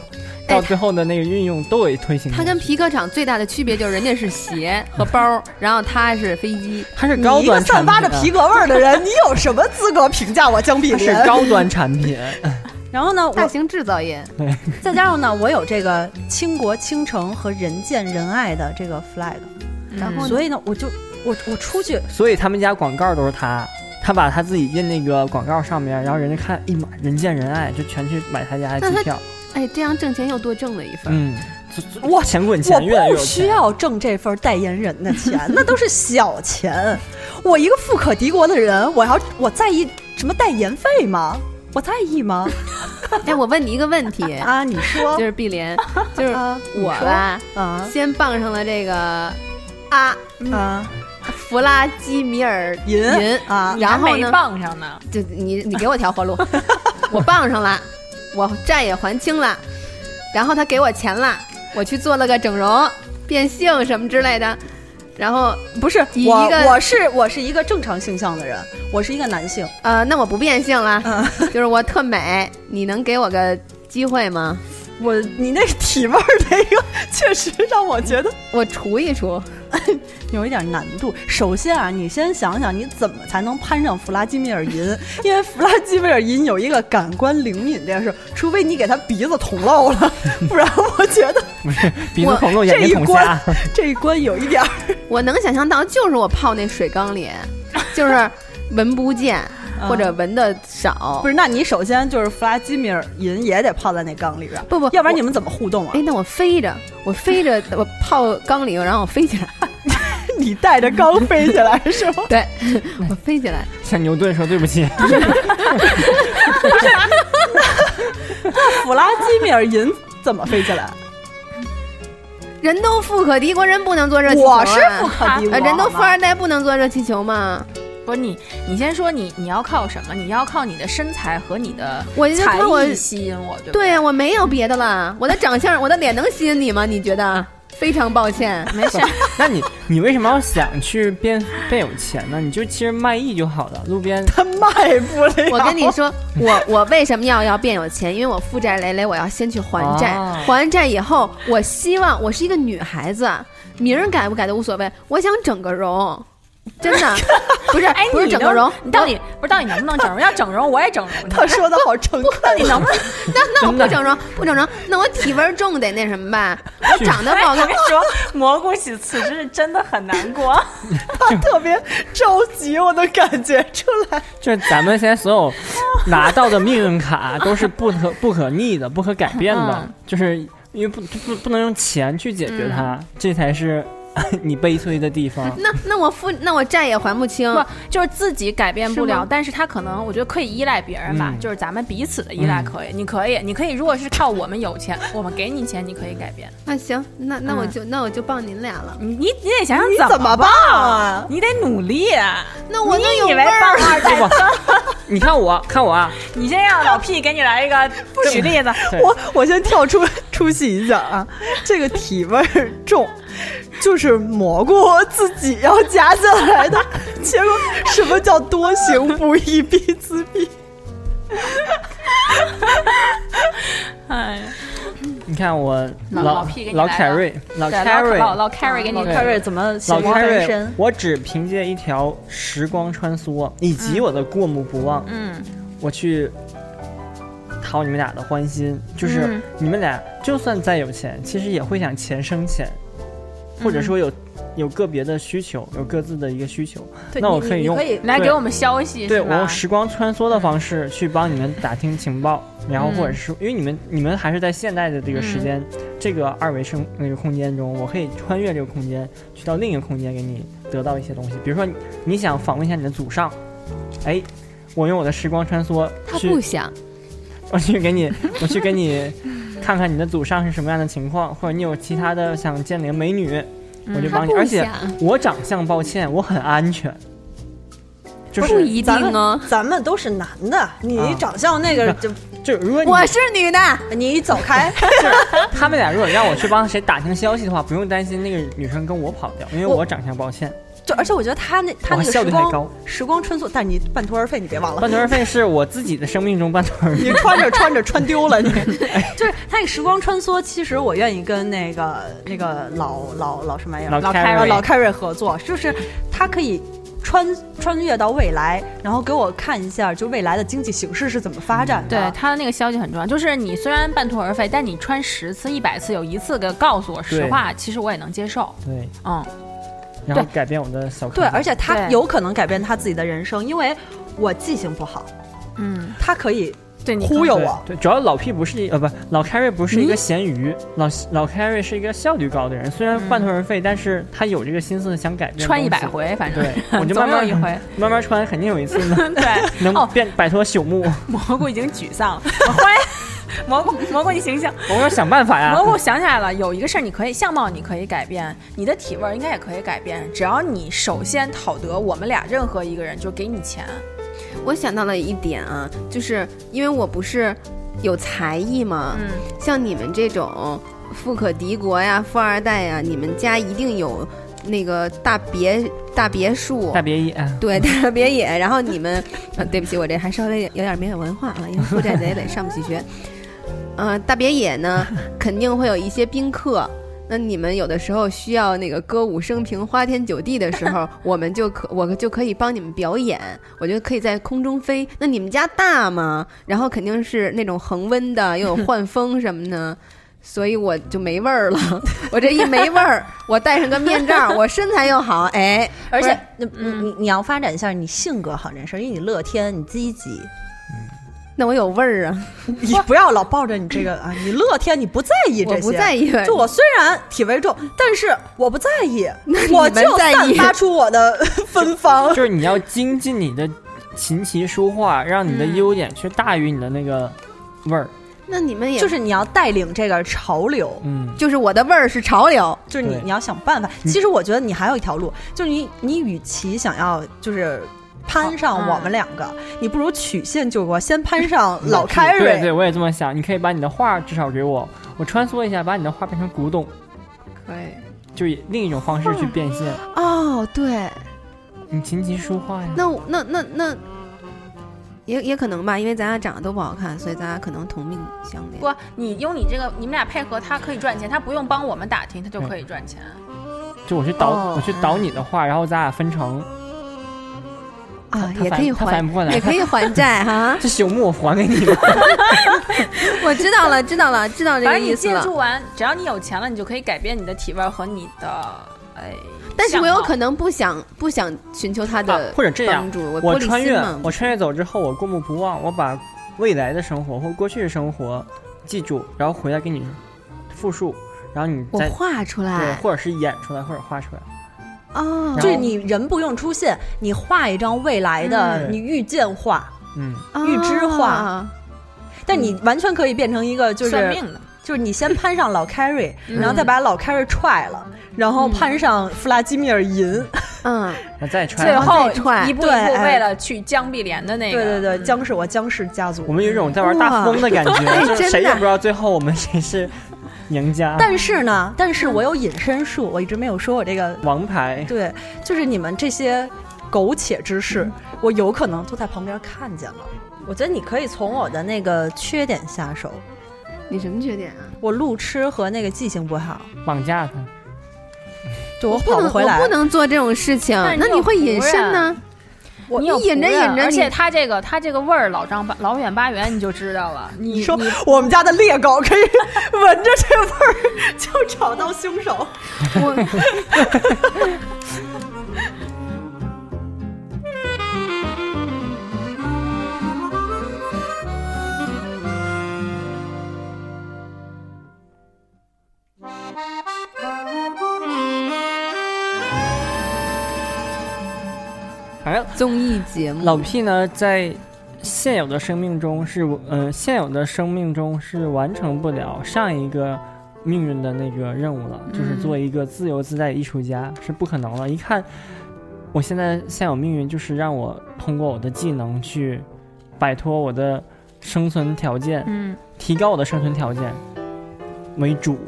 B: 哎
C: 到最后的那个运用都有推行。
D: 它跟皮革厂最大的区别就是人家是鞋和包儿，然后它是飞机。
C: 它 [LAUGHS] 是
B: 你
C: 高
B: 一个
C: 端
B: 散
C: 产
B: 发
C: 品
B: 着
C: 啊，
B: 皮革味儿的人，你有什么资格评价我江碧
C: 它是
B: 莲？
C: 高端产品。
B: 然后呢，
D: 大
B: 我
D: 型制造业，
B: 再加上呢，我有这个倾国倾城和人见人爱的这个 flag，
D: 然后呢
B: 所以呢，我就我我出去
C: 所以他们家广告都是他，他把他自己印那个广告上面，然后人家看，哎妈，人见人爱，就全去买他家的
D: 那他
C: 机票。
D: 哎，这样挣钱又多挣了一份儿。
C: 嗯，
B: 我
C: 钱滚
B: 我
C: 钱，越来越
B: 不
C: 有
B: 需
C: 钱。
B: 要挣这份代言人的钱，那都是小钱。我一个富可敌国的人，我还要我在意什么代言费吗？我在意吗？，
D: 哎，我问你一个问题
B: [LAUGHS] 啊，你说
D: 就是碧莲，就是
B: 啊，你
D: 我
B: 说
D: 吧，
B: 啊
D: 先傍上了这个啊
B: 啊，
D: 弗拉基米尔
B: 银
D: 银
B: 啊
A: 你还
D: 然后
A: 没
D: 呢，
A: 傍上呢，
D: 就你你给我条活
B: [LAUGHS]
D: 路，我傍上了，我债也还清了，然后他给我钱了，我去做了个整容、变性什么之类的，然后
B: 不是
D: 以
B: 我
D: 一个，
B: 我是我是一个正常性向的人，我是一个男性。
D: 呃，那我不变性了，
B: 嗯
D: 就是我特美，你能给我个机会吗？
B: 我你那体味儿那个， [LAUGHS] 确实让我觉得
D: 我除一除，
B: 有一点难度。首先啊，你先想想你怎么才能攀上弗拉基米尔银， [LAUGHS] 因为弗拉基米尔银有一个感官灵敏这件事，除非你给他鼻子捅漏了， [LAUGHS] 不然我觉得
C: 不是鼻子
B: 我
C: 捅漏，眼
B: 这一
C: 睛捅
B: 关
C: 瞎。
B: 这一关有一点儿
D: 我能想象到就是我泡那水缸
B: [LAUGHS]
D: 里，就是闻不见或者闻的少
B: 嗯啊不，是。那你首先就是弗拉基米尔银也得泡在那缸里边儿，
D: 不不
B: 要不然
D: 我
B: 你们怎么互动啊
D: 哎？，那我飞着，我
B: [LAUGHS]
D: 飞着，我泡缸里，然后我飞起来。
B: 你带着缸飞起来是吗？
D: 对， [LAUGHS] 我飞起来。
C: [LAUGHS] 像牛顿说：“对不起，
B: 弗拉基米尔银怎么飞起来？
D: 人都富可敌国，人不能做热气球、啊。
B: 我是富可敌国，
D: 呃人都
B: 好
D: 富
B: 吗
D: 二代，不能做热气球嘛？
A: 不是你，你先说你你要靠什么？你要靠你的身材和你的
D: 我就
A: 才
D: 看我，
A: 艺吸引我，对不
D: 对啊呀、我没有别的了。我的长相，我的脸能吸引你吗？你觉得？非常抱歉，没事。
C: 那你你为什么要想去变变有钱呢？你就其实卖艺就好了，路边
B: 他卖不了。
D: [LAUGHS] 我跟你说，我 [LAUGHS] 我为什么要要变有钱？因为我负债累累，我要先去还债。
C: 哦
D: 还完债以后，我希望我是一个女孩子，名儿改不改都无所谓，我想整个容，真的不是
A: 哎，
D: 不是
A: 你
D: 整
A: 能
D: 个容，
A: 你到底不是到底能不能整
D: [LAUGHS]
A: 容？要整容我也整容，
B: 他说的好诚恳，
A: 你能不能
D: 那 [LAUGHS] 那我
C: 真的
D: 不整容，不整容，那我体味儿重得那什么吧？我长得不好
E: 我
D: 看
E: 跟，你说，蘑菇喜此时真的很难过。
B: 他特别着急，我能感觉出来。
C: 就是咱们现在所有拿到的命运卡都是不可不可逆的、不可改变的，就是因为不不不能用钱去解决它，这才是你悲催的地方。
D: 那那我负那我债也还不清。
A: 不 [LAUGHS] 就是自己改变不
D: 是
A: 了
D: 吗，
A: 但是他可能我觉得可以依赖别人吧，
C: 嗯
A: 就是咱们彼此的依赖可以，你可以，你可以，如果是靠我们有钱， [LAUGHS] 我们给你钱，你可以改变，
D: 那行，那那我就那我就傍您俩了。
A: 你你你得想想
B: 你
A: 怎
B: [LAUGHS] 怎么办啊？
A: 你得努力啊！
D: 那我能有
E: 你以
D: 味
E: 为
D: 儿？
E: 棒二代？
C: 不，你看我，看我啊，
E: 你先让老屁给你来一个举例子，
B: [LAUGHS]
C: 对
B: 我我先跳出出戏一下啊，这个体味儿重，就是蘑菇自己要夹进来的。结果什么叫多行不义必自毙？
A: [LAUGHS] 哎呀，
C: 你看我
A: 老
C: 老
A: 老屁给你
C: 老
A: 来
C: 凯
A: 了
C: 瑞，老
A: 对
C: 凯瑞，
A: 老老 carry 给你
C: 老 Carrie
B: 怎么形
C: 老凯瑞，我只凭借一条时光穿梭以及我的过目不忘，
A: 嗯，
C: 我去讨你们俩的欢心，就是
A: 嗯
C: 你们俩就算再有钱，其实也会想钱生钱，或
A: 嗯
C: 者说有有个别的需求，有各自的一个需求。
B: 对
C: 那我
B: 你
C: 可以
B: 你
C: 用
B: 可以
A: 嗯来
C: 对
A: 给我们消息
C: 对
A: 是
C: 我用
A: 吧？
C: 时光穿梭的方式去帮你们打听情报，然后或
D: 嗯
C: 者是因为你们你们还是在现代的这个时间、这个二维生那个空间中，我可以穿越这个空间去到另一个空间，给你得到一些东西。比如说你你想访问一下你的祖上，哎，我用我的时光穿梭
D: 他
C: 去
D: 不想，
C: 我去给你，我去给你看看你的祖上是什么样的情况，或者你有其他的想见哪个美女，我就
D: 嗯他
C: 帮你。
D: 不
C: 而且
D: 想，
C: 我长相，抱歉，我很安全，就
D: 不
C: 是
D: 一定
B: 咱们
D: 哦。
B: 咱们都是男的，你
C: 啊
B: 长相那个就
C: 就如果你
D: [LAUGHS] 我是女的，
B: 你走 [LAUGHS] 开。
C: 他们俩如果让我去帮谁打听消息的话，不用担心那个女生跟我跑掉，因为
B: 我
C: 我长相抱歉，
B: 就而且我觉得他那他
C: 我
B: 那个
C: 效
B: 时
C: 率太高
B: 光。时光穿梭，但是你半途而废，你别忘了。
C: 半途而废是我自己的生命中半途而
B: 你
C: 废。
B: 穿着穿着穿丢了你， [LAUGHS] 就是他那时光穿梭，其实我愿意跟那个那个老老老什么玩意儿，
C: 老
B: 老
C: 凯瑞
B: 瑞老凯瑞合作，就是他可以穿穿越到未来，然后给我看一下就未来的经济形势是怎么发展
A: 对
C: 啊
B: 的。
A: 他的那个消息很重要，就是你虽然半途而废，但你穿十次、一百次，有一次给告诉我实
C: 对
A: 话，其实我也能接受。
C: 对，
A: 嗯，
C: 然后
A: 对
C: 改变我的小
B: 对，而且他
A: 对
B: 有可能改变他自己的人生，因为我记性不好，
A: 嗯，
B: 他可以
A: 对你
H: 忽悠
C: 对
H: 我。
C: 对，主要老 P 不是一呃不老 Carry 不是一个咸鱼，老老 Carry 是一个效率高的人，虽然半途而废，但是他有这个心思想改变。
A: 穿一百。回，反正
C: 对，我就
A: [LAUGHS] 总
C: 慢
A: 有
C: 慢
A: 一
C: [LAUGHS]
A: 回。
C: 慢慢穿，肯定有一次能
A: [LAUGHS] 对，
C: 能
A: 哦
C: 变摆脱朽木。 [LAUGHS]
A: 蘑菇已经沮丧了，我欢迎 [LAUGHS] 蘑菇，蘑菇你醒醒。
C: 我要想办法
D: 啊
C: 呀
A: 蘑。菇想起来了，有一个事儿，你可以相貌你可以改变，你的体味儿应该也可以改变，只要你首先讨得我们俩任何一个人，就给你钱。
D: 我想到了一点啊，就是因为我不是有才艺嘛，
A: 嗯，
D: 像你们这种富可敌国呀、富二代呀，你们家一定有那个大别大别墅
C: 大。别野，哎
D: 对，大别野，然后你们，呃，对不起，我这还稍微有点没有文化啊，因为负债贼得上不起学。呃，大别野呢，肯定会有一些宾客。那你们有的时候需要那个歌舞升平、花天酒地的时候，我们就可我就可以帮你们表演，我就可以在空中飞。那你们家大吗？然后肯定是那种恒温的，又有换风什么的，所以我就没味儿了。 [LAUGHS] 我这一没味儿，我戴上个面罩，我身材又好，哎，
B: 而且你
A: 嗯
B: 你你要发展一下你性格好这事儿，因为你乐天，你积极，
D: 那我有味儿啊。
B: 你不要老抱着你这个啊，你乐天，你不在意这
D: 我
B: 些，
D: 不在意， [LAUGHS]
B: 就我虽然体味重，但是我不在意，
D: 你
B: 我
D: 们
B: 就
D: 在
B: 散
D: 意
B: 发出我的 [LAUGHS] 芬
D: [LAUGHS]
B: 芳。
C: 就是你要精进你的琴棋书画，让你的
A: 嗯
C: 优点去大于你的那个味儿。
D: 那你们也
B: 就是你要带领这个潮流，
C: 嗯，
D: 就是我的味儿是潮流，
B: 就是你
C: 对
B: 你要想办法。
C: 嗯
B: 其实我觉得你还有一条路，就是你你与其想要就是攀上我
A: 嗯
B: 们两个，你不如曲线救国，先攀
C: [LAUGHS]
B: 上老凯
C: 对对，
B: 瑞。
C: 我也这么想。你可以把你的画至少给我，我穿梭一下，把你的画变成古董，
D: 可以
C: 就以另一种方式去变现。
D: 哦，对，
C: 你琴棋书画呀，
D: 那我那那那也也可能吧，因为咱俩长得都不好看，所以咱俩可能同命相怜。
A: 不，你用你这个，你们俩配合，他可以赚钱，他不用帮我们打听，他
D: 嗯
A: 就可以赚钱。
C: 就我去倒、
D: 哦
C: 我去倒你的画，然后咱俩分成。
D: 啊，
C: 他
D: 也
C: 反
D: 可以
C: 他反
D: 还，
C: 应不过来，
D: 也可以还债哈
C: [LAUGHS] 。这朽木我还给你了。
D: 我知道了，知道了，知道这
A: 反
D: 个
A: 正你
D: 意思
A: 借
D: 了
A: 助。完，只要你有钱了，你就可以改变你的体味儿和你的哎。
D: 但是我有可
A: 能
D: 能不想不想寻求 [LAUGHS] 他
C: 啊
D: 的
C: 或者这样
D: 帮助，我
C: 我
D: 玻
C: 穿
D: 璃
C: 越
D: 心嘛，。
C: 我穿越走之后，我过目不忘，我把未来的生活或过去的生活记住，然后回来给你复述，然后你
D: 我
C: 再
D: 画出
C: 对，
D: 来
C: 或者是演出来，或者画出来。
D: 哦
C: 然
B: 就是
C: 后
B: 你人不用出现，你画一张未来的，
C: 嗯
B: 你预见画，
C: 嗯，
B: 预知画
D: 啊
B: 但你完全可以变成一个就是
A: 算命嗯的，
B: 就是你先攀上老
A: [LAUGHS]
B: 凯瑞，然后再把老凯瑞踹了，
A: 嗯
B: 然后攀上弗拉基米尔银，
D: 嗯，
C: 那再
A: 最
C: 穿。啊
A: 后
D: 再踹
A: 一步一步
B: 对哎
A: 为了去将碧莲的那个，
B: 对对对，
A: 嗯
B: 姜是我姜氏家族。
C: 我们有一种在玩大风的感
D: 哇
C: 觉，就是谁
D: 真的
C: 也不知道最后我们谁是赢家。
B: 但是呢，但
A: 嗯
B: 是我有隐身术，我一直没有说我这个
C: 王牌，
B: 对，就是你们这些苟且之事，我有可能都在旁边看见了。我觉得你可以从我的那个缺点下手，
D: 你什么缺点啊？
B: 我路痴和那个记性不好，
C: 绑架他，
B: 对我
D: 不
B: 跑
D: 能，
B: 回
D: 我
B: 来
D: 不。能做这种事情
A: 但。是
D: 那
A: 你有
D: 你会隐
A: 仆人
D: 身呢？
A: 你
D: 你
A: 有
D: 隐着
A: 仆人
D: 隐着
A: 而且
D: 你
A: 它这个它这个味儿老丈八老远八远你就知道了。你
B: 你说
A: 你
B: 我们家的猎狗可以闻着这味儿就找到凶手。
C: 反正
D: 综艺节目
C: 老 P 呢，在现有的生命中是，呃，现有的生命中是完成不了上一个命运的那个任务了，就是做一个自由自在的艺术家是不可能了。一看我现在现有命运，就是让我通过我的技能去摆脱我的生存条件，
A: 嗯，
C: 提高我的生存条件为主。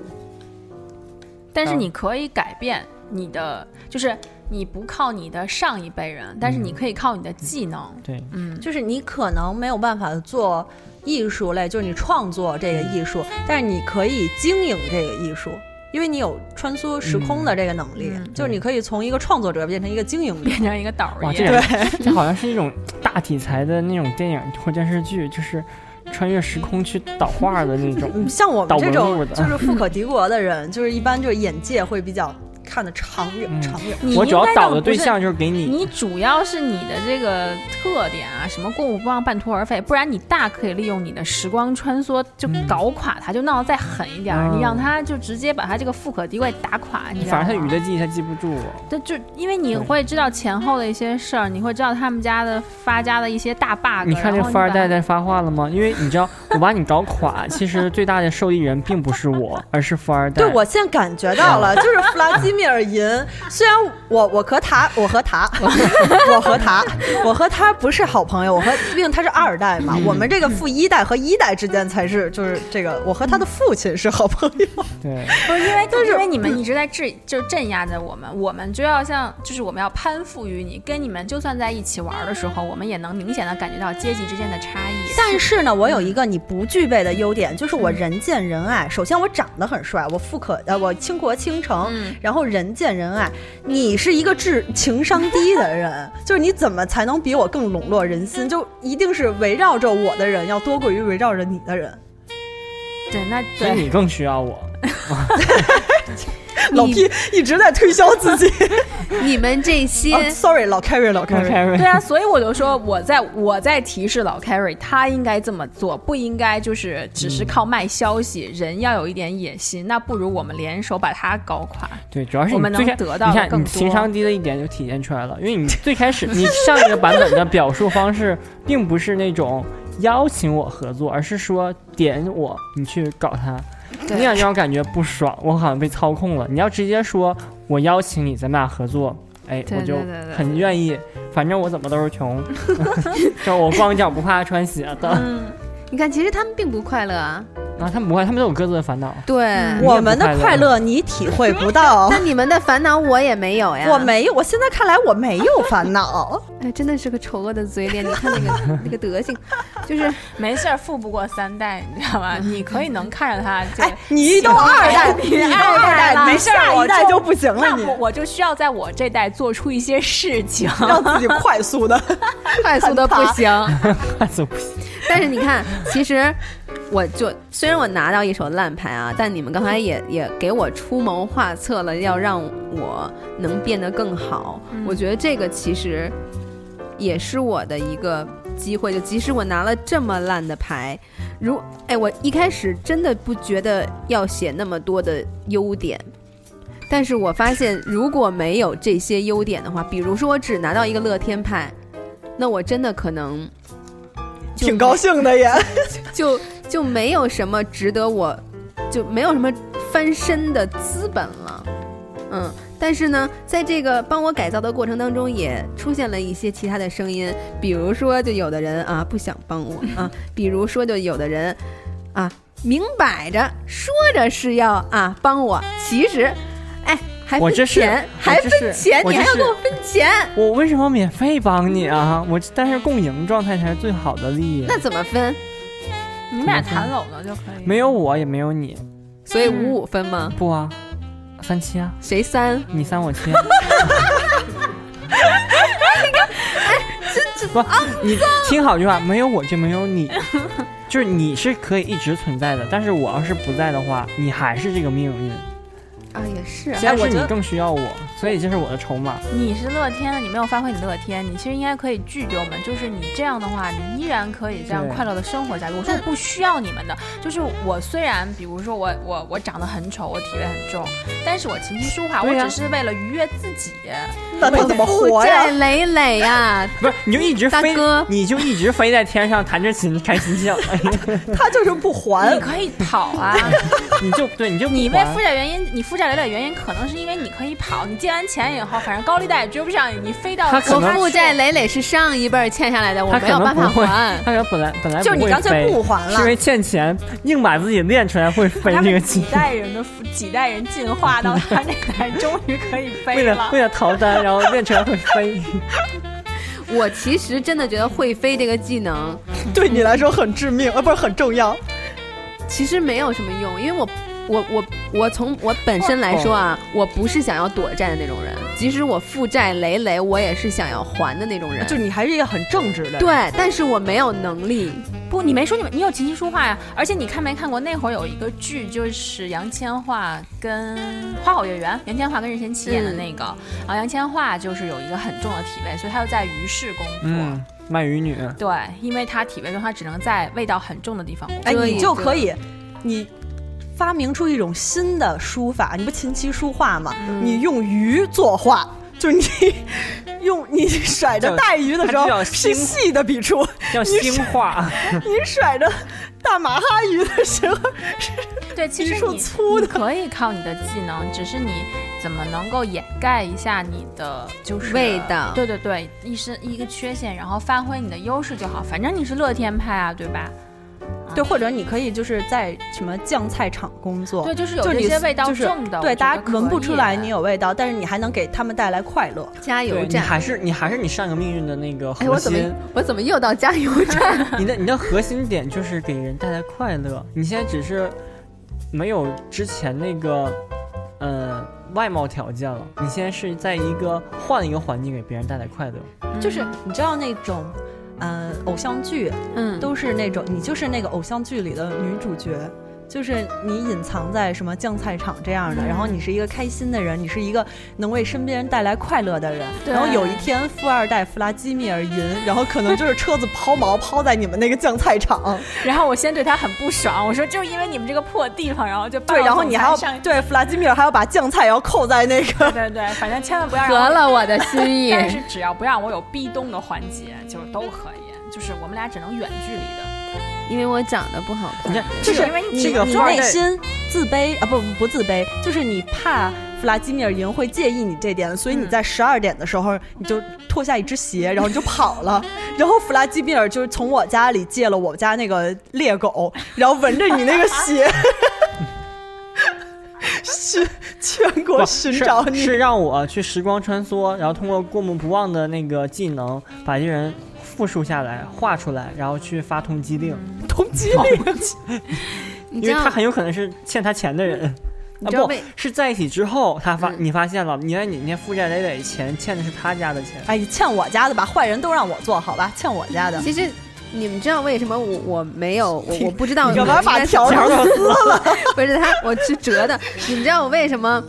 A: 但是
C: 嗯
A: 你可以改变你的，就是你不靠你的上一辈人，但是你可以靠你的技能。
C: 嗯对，
A: 嗯，
B: [LAUGHS] 就是你可能没有办法做艺术类，就是你创作这个艺术，但是你可以经营这个艺术，因为你有穿梭时空的这个能力，
A: 嗯嗯
B: 就是你可以从一个创作者变成一个经营者。
A: 变成一个导
C: 哇，
A: 儿
C: 这
A: 爷。
C: 个 [LAUGHS] 这好像是一种大题材的那种电影或电视剧，就是穿越时空去导画的那种。
B: [LAUGHS] 嗯，像我
C: 导
B: 们这
C: 文物
B: 种
C: 的
B: 就是富可敌国的人，就是一般就是眼界会比较看的长远、
C: 嗯
B: 长远。
A: 你
C: 我主要
A: 应该倒
C: 导的
A: 不
C: 对
A: 是
C: 象就是给你，
A: 你主要是你的这个特点啊，什么过目不忘、半途而废，不然你大可以利用你的时光穿梭，就
C: 嗯
A: 搞垮他，就闹得再狠一点儿，
C: 嗯
A: 你让他就直接把他这个富可敌国给打垮，你知道
C: 反
A: 吗？
C: 正他语的记忆他记不住我。
A: 对，就因为你会知道前后的一些事儿，你会知道他们家的发家的一些大 bug。
C: 你看这富二代，在发话了吗？因为你知道，我把你搞垮，其实最大的受益人并不是我，而是富二代。
B: 对，我现在感觉到了，就是弗拉基米尔银。虽然我我和他，我和 [LAUGHS] 他，我和他，我和他不是好朋友，我和毕竟他是二代嘛，我们这个富一代和一代之间才是就是这个，我和他的父亲是好朋友。
C: 对，
A: [LAUGHS] 不是因为
B: 但是
A: 因为你们一直在制就是镇压着我们，我们就要像就是我们要攀附于你，跟你们就算在一起玩儿的时候，我们也能明显的感觉到阶级之间的差异。
B: 但是呢，我有一个你不具备的优点，就是我人见人爱。首先，我长得很帅，我富可呃，我倾国倾城，
A: 嗯
B: 然后人见人爱。你是一个智情商低的人， [LAUGHS] 就是你怎么才能比我更笼络人心？就一定是围绕着我的人要多过于围绕着你的人。
A: 对，那
C: 所
A: 对
C: 以你更需要我。
B: 老 P 一直在推销自己。
D: 你们这
A: 哦
D: 些
B: 啊 sorry，老 Carry，老 Carry。
A: 对啊， [LAUGHS] 所以我就说我在我在提示老 Carry，他应该这么做，不应该就是只是靠卖消息，人要有一点野心。那不如我们联手把他搞垮。
C: 对，主要是
A: 我
C: 你
A: 们
C: 最开
A: 能得到
C: 你
A: 的
C: 看
A: 更
C: 你情
A: 多
C: 商低的一点就体现出来了，
A: [LAUGHS]
C: 因为你最开始你上一个版本的表述方式，并不是那种邀请我合作，而是说点我你去搞他，
D: 对
C: 那样让我感觉不爽，我好像被操控了。你要直接说我邀请你，咱们俩合作，哎，
A: 对
C: 我就
A: 对对对
C: 很愿意，反正我怎么都是穷，
A: [LAUGHS]
C: [LAUGHS] 就我光脚不怕穿鞋的。
A: 嗯
D: 你看，其实他们并不快乐啊。
C: 然后他们不会，他们都有各自的烦恼。
D: 对，
B: 我们的快乐你体会不
D: [LAUGHS]
B: 到
D: 那，你们的烦恼我也没有呀。
B: 我没有。我现在看来我没有烦恼。
D: 哎，真的是个丑恶的嘴脸。你看
B: [LAUGHS]
D: 那个那个德行，就是
A: 没事儿，富不过三代，你知道 [LAUGHS] 吧？你可以能看着他这个
B: 哎，你都二代，
A: 你
B: 你都
A: 二代了
B: 你
A: 下
B: 下
A: 一
B: 一代
A: 代
B: 就不
A: [LAUGHS]
B: 行了，你
A: 那我我就需要在我这代做出一些事 [LAUGHS] 情。
B: 让自己快速的。
D: 快速的不行。
C: 快速不
A: [LAUGHS]
C: 行，
D: 但是你看，其实我就虽然我拿到一手烂牌啊，但你们刚才也也给我出谋划策了，要让我能变得更好。我觉得这个其实也是我的一个机会，就即使我拿了这么烂的牌，如哎，我一开始真的不觉得要写那么多的优点。但是我发现，如果没有这些优点的话，比如说我只拿到一个乐天派，那我真的可能就
B: 挺高兴的也，
D: 就就没有什么值得我，就没有什么翻身的资本了。嗯，但是呢，在这个帮我改造的过程当中，也出现了一些其他的声音，比如说，就有的人啊不想帮我
C: [LAUGHS]
D: 啊，比如说，就有的人啊明摆着说着是要啊帮我，其实，哎，还
C: 我
D: 分
C: 这是
D: 钱，
C: 我
D: 还
C: 这
D: 分
C: 是
D: 钱，
C: 我
D: 你
C: 这
D: 还要
C: 是
D: 给我分钱，
C: 我为什么免费帮你啊？我但是共赢状态才是最好的利益。啊
D: 那怎么分？
A: 你们俩谈拢了就可以。
C: 没有我也没有你，
D: 所以
C: 嗯
D: 五五分吗？
C: 不啊，三七啊，
D: 谁三？
C: 你三我七、啊。
B: 哎
C: 不，
B: 啊
C: 你听好这句话，没有我就没有你，就是你是可以一直存在的，但是我要是不在的话，你还是这个命运。
D: 啊，也是。
C: 但
B: 哎我
C: 是
B: 觉
C: 你
B: 得
C: 更需要我，所以这是我的筹
B: [LAUGHS]
C: 码。
A: 你是乐天，你没有发挥你乐天，你其实应该可以拒绝我们。就是你这样的话，你依然可以这样
C: 对
A: 快乐的生活下去。我说我不需要你们的，就是我虽然比如说我我我长得很丑，我体味很重，但是我琴棋书画，我
C: 对呀
A: 只是为了愉悦自己。
B: 那他怎么活
D: 负
B: 呀
D: 债？累累呀、
C: 不是，你就一直
D: 大
C: 飞
D: 哥，
C: 你就一直飞在天上，弹着琴开心笑，哎
B: 他就是不还
A: 你。可以跑啊！
C: 你就对，你就不
A: 哎 [LAUGHS] 你因为
C: 还
A: 负债原因，你负债累累的原因可能是因为你可以跑，你借完钱以后，反正高利贷也追不上你，你飞到
C: 他可
D: 我
C: 能
D: 负债累累是上一辈儿欠下来的，我
C: 他
D: 没
C: 可
D: 有
C: 能
D: 办法
C: 不会，
D: 还。
C: 他可能本来本来
B: 就是你
C: 不会
B: 干脆
C: 飞
B: 不还
C: 是因
B: 了，
C: 为欠钱，硬把自己练出来会飞
A: 他
C: 这个
A: 们
C: 棋
A: 几。代人的父几代人进化到他这代，终于可以
C: 为
A: 飞
C: 了
A: 了。
C: 为了逃单，然后练出来会飞。
D: 我其实真的觉得会飞这个技能
B: 对你来说很致命，呃，不是很重要。
D: 其实没有什么用，因为我我我我从我本身来说啊，我不是想要躲债的那种人，即使我负债累累，我也是想要还的那种人。
B: 啊就你还是一个很正直的人。
D: 对，但是我没有能力。
A: 不，你没说你你有琴棋书画呀？而且你看没看过那会儿有一个剧，就是杨千嬅跟花好月圆，杨千嬅跟任贤齐
C: 嗯
A: 演的那个。然后杨千嬅就是有一个很重的体位，所以她又在于市工作。
C: [LAUGHS] 嗯，卖鱼女，
A: 对，因为她体位重，她只能在味道很重的地方工作。
B: 哎，
D: 遮
B: 你
D: 一
B: 就
D: 遮
B: 可以，你发明出一种新的书法，你不琴棋书画吗？你用鱼作画，就是你 [LAUGHS] 用你甩着
C: 叫
B: 带鱼的时
C: 它
B: 候
C: 叫
B: 是
C: 星
B: 细的笔触，
C: 叫星画，
B: 你甩着大马哈鱼的时候，
A: 对，其
B: 你
A: 实
B: 说
A: 你
B: 粗
A: 你可以靠你的技能，只是你怎么能够掩盖一下你的就是
D: 味道
A: 对对对，一身一个缺陷，然后发挥你的优势就好。反正你是乐天派啊，对吧？
B: [LAUGHS] 对，或者你可以就是在什么酱菜厂工作，
A: 对，就是有
B: 就
A: 这
B: 你
A: 些味道
B: 就是
A: 重的，
B: 对，
A: 我觉
B: 大
A: 得
B: 家
A: 可
B: 闻不
A: 以
B: 出来你。有味道，但是你还能给他们带来快乐。
D: 加油
C: 对你还
D: 站，
C: 是你还是你上个命运的那个
D: 哎，我
C: 核
D: 怎么
C: 心，
D: 我怎么又到加油站？
C: 你的你的核心点就是给人带来快乐。你现在只是没有之前那个，呃，外貌条件了。你现在是在一个换一个环境给别人带来快乐。
A: 嗯
B: 就是你知道那种，呃，偶像剧
D: 嗯，
B: 都是那种，你就是那个偶像剧里的女主角，就是你隐藏在什么酱菜厂这样的，然
A: 嗯
B: 后你是一个开心的人，你是一个能为身边人带来快乐的人。
A: 对
B: 然后有一天，富二代弗拉基米尔银，然后可能就是车子抛锚抛在你们那个酱菜
A: [LAUGHS]
B: 厂，
A: 然后我先对他很不爽，我说就是因为你们这个破地方，然后就霸
B: 对，
A: 道
B: 然后
A: 总
B: 你
A: 裁
B: 还要
A: 上
B: 对弗拉基米尔还要把酱菜要扣在那个
A: 对对对，反正千万不要
D: 合
A: 让我。
D: 了我的心意。
A: 啊但是只要不让我有壁咚的环节，就是都可以，就是我们俩只能远距离的。
D: 因为我长得不好看，
C: 你看，
B: 就是
A: 因为你
B: 你
C: 这个
B: 你
C: 富二
B: 内
C: 代
B: 心自卑啊，不不不自卑，就是你怕弗拉基米尔营会介意你这点，所以你在十二点的时候你就脱下一只鞋，然后你就跑了。 [LAUGHS] 然后弗拉基米尔就是从我家里借了我家那个猎狗，然后闻着你那个鞋。 [LAUGHS] 是全国
C: 不
B: 寻
C: 是
B: 找你
C: 是，让我去时光穿梭，然后通过过目不忘的那个技能把这人复述下来、画出来，然后去发通缉令，
B: 通缉令，
D: 你
C: 因
D: 知
C: 为
D: 道
C: 他很有可能是欠他钱的人。
D: 你
C: 啊
D: 知道
C: 不
D: 为，
C: 是在一起之后，他发、
D: 嗯
C: 你发现了，原来你那负债累累钱欠的是他家的钱。
B: 哎，欠我家的吧，坏人都让我做好吧，欠我家的。
D: 其实你们知道为什么我我没有我我不知道
B: 你干
D: 我
B: 嘛
D: 应该
B: 把条
D: 怎么
B: 条
D: 样
B: 都撕了？
D: [LAUGHS] 不是他，我去折的。你们知道我为什么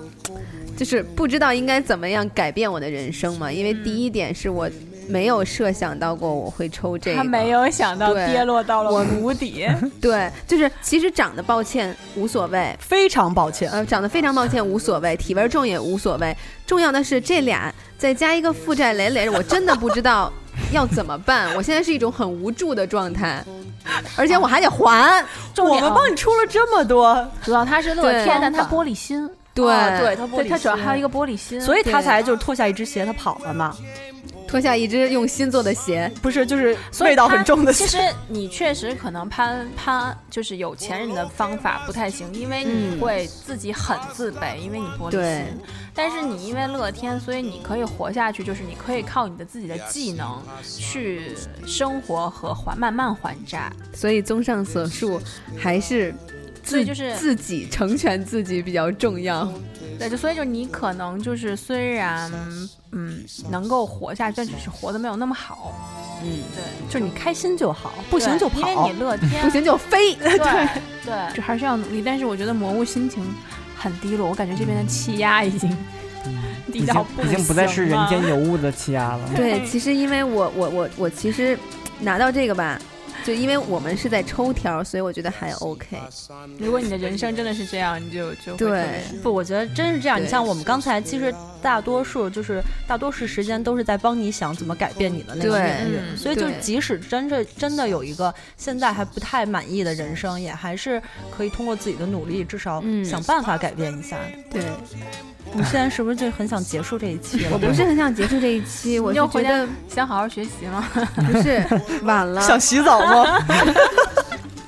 D: 就是不知道应该怎么样改变我的人生吗？因为第一点是我没有设想到过我会抽这个，
A: 他没有想到
D: 对
A: 跌落到了谷底，
D: 对，就是其实长得抱歉无所谓，
B: [LAUGHS] 非常抱歉，
D: 呃，长得非常抱歉无所谓，体味重也无所谓，重要的是这俩再加一个负债累累，我真的不知道要怎么办。我现在是一种很无助的状态，而且我还得还。
A: 重
B: 我
A: 点
B: 们
A: 啊
B: 帮你出了这么多，
A: 主要他是乐
D: 对
A: 天，但他玻璃心，
D: 对、
A: 啊对，他玻
B: 璃
A: 对他主要还有一个玻璃心，
B: 所以他
D: 对
B: 才就是脱下一只鞋，他跑了嘛。
D: 脱下一只用心做的鞋，
B: 不是，就是
A: 所以
B: 味道
A: 他
B: 很重的
A: 其
B: 鞋。
A: 实你确实可能攀攀就是有钱人的方法不太行，因为
D: 嗯
A: 你会自己很自卑，因为你玻璃
D: 对
A: 心。但是你因为乐天，所以你可以活下去，就是你可以靠你的自己的技能去生活和还慢慢还债。
D: 所以综上所述，还是
A: 所
D: 自
A: 以就是
D: 自己成全自己比较重要。
A: 对，就所以就你可能就是虽然嗯能够活下去，但只是活得没有那么好。嗯，对，
B: 就是你开心就好，不
A: 不
B: 行就
A: 因为
B: 跑
A: 你。乐天
D: 不行就飞，
A: 对对，就还是要努力。但是我觉得蘑菇心情很低落，我感觉这边的气压已经低
C: 已经
A: 到不
C: 已经不再是人
A: 行
C: 间
A: 了啊
C: 尤物的欺压了。
D: 对，其实因为我我我我其实拿到这个吧，就因为我们是在抽条，所以我觉得还 OK。
A: 如果你的人生真的是这样，你就就会特
D: 对
A: 别，
B: 不，我觉得真是这样。
D: 对
B: 你像我们刚才，其实大多数就是大多数时间都是在帮你想怎么改变你的那个
D: 对
B: 命运。
A: 嗯
B: 所以，就
D: 对
B: 即使真是真的有一个现在还不太满意的人生，也还是可以通过自己的努力，至少
D: 嗯
B: 想办法改变一下。
D: 对，
B: 你现在是不是就很想结束这一期了？
D: 我不是很想结束这一 [LAUGHS] 期，我
A: 你
D: 是
A: 就
D: 觉
A: 回家
D: 得
A: 想好好学习吗？
D: 不是晚 [LAUGHS] 了，
B: 想洗澡吗？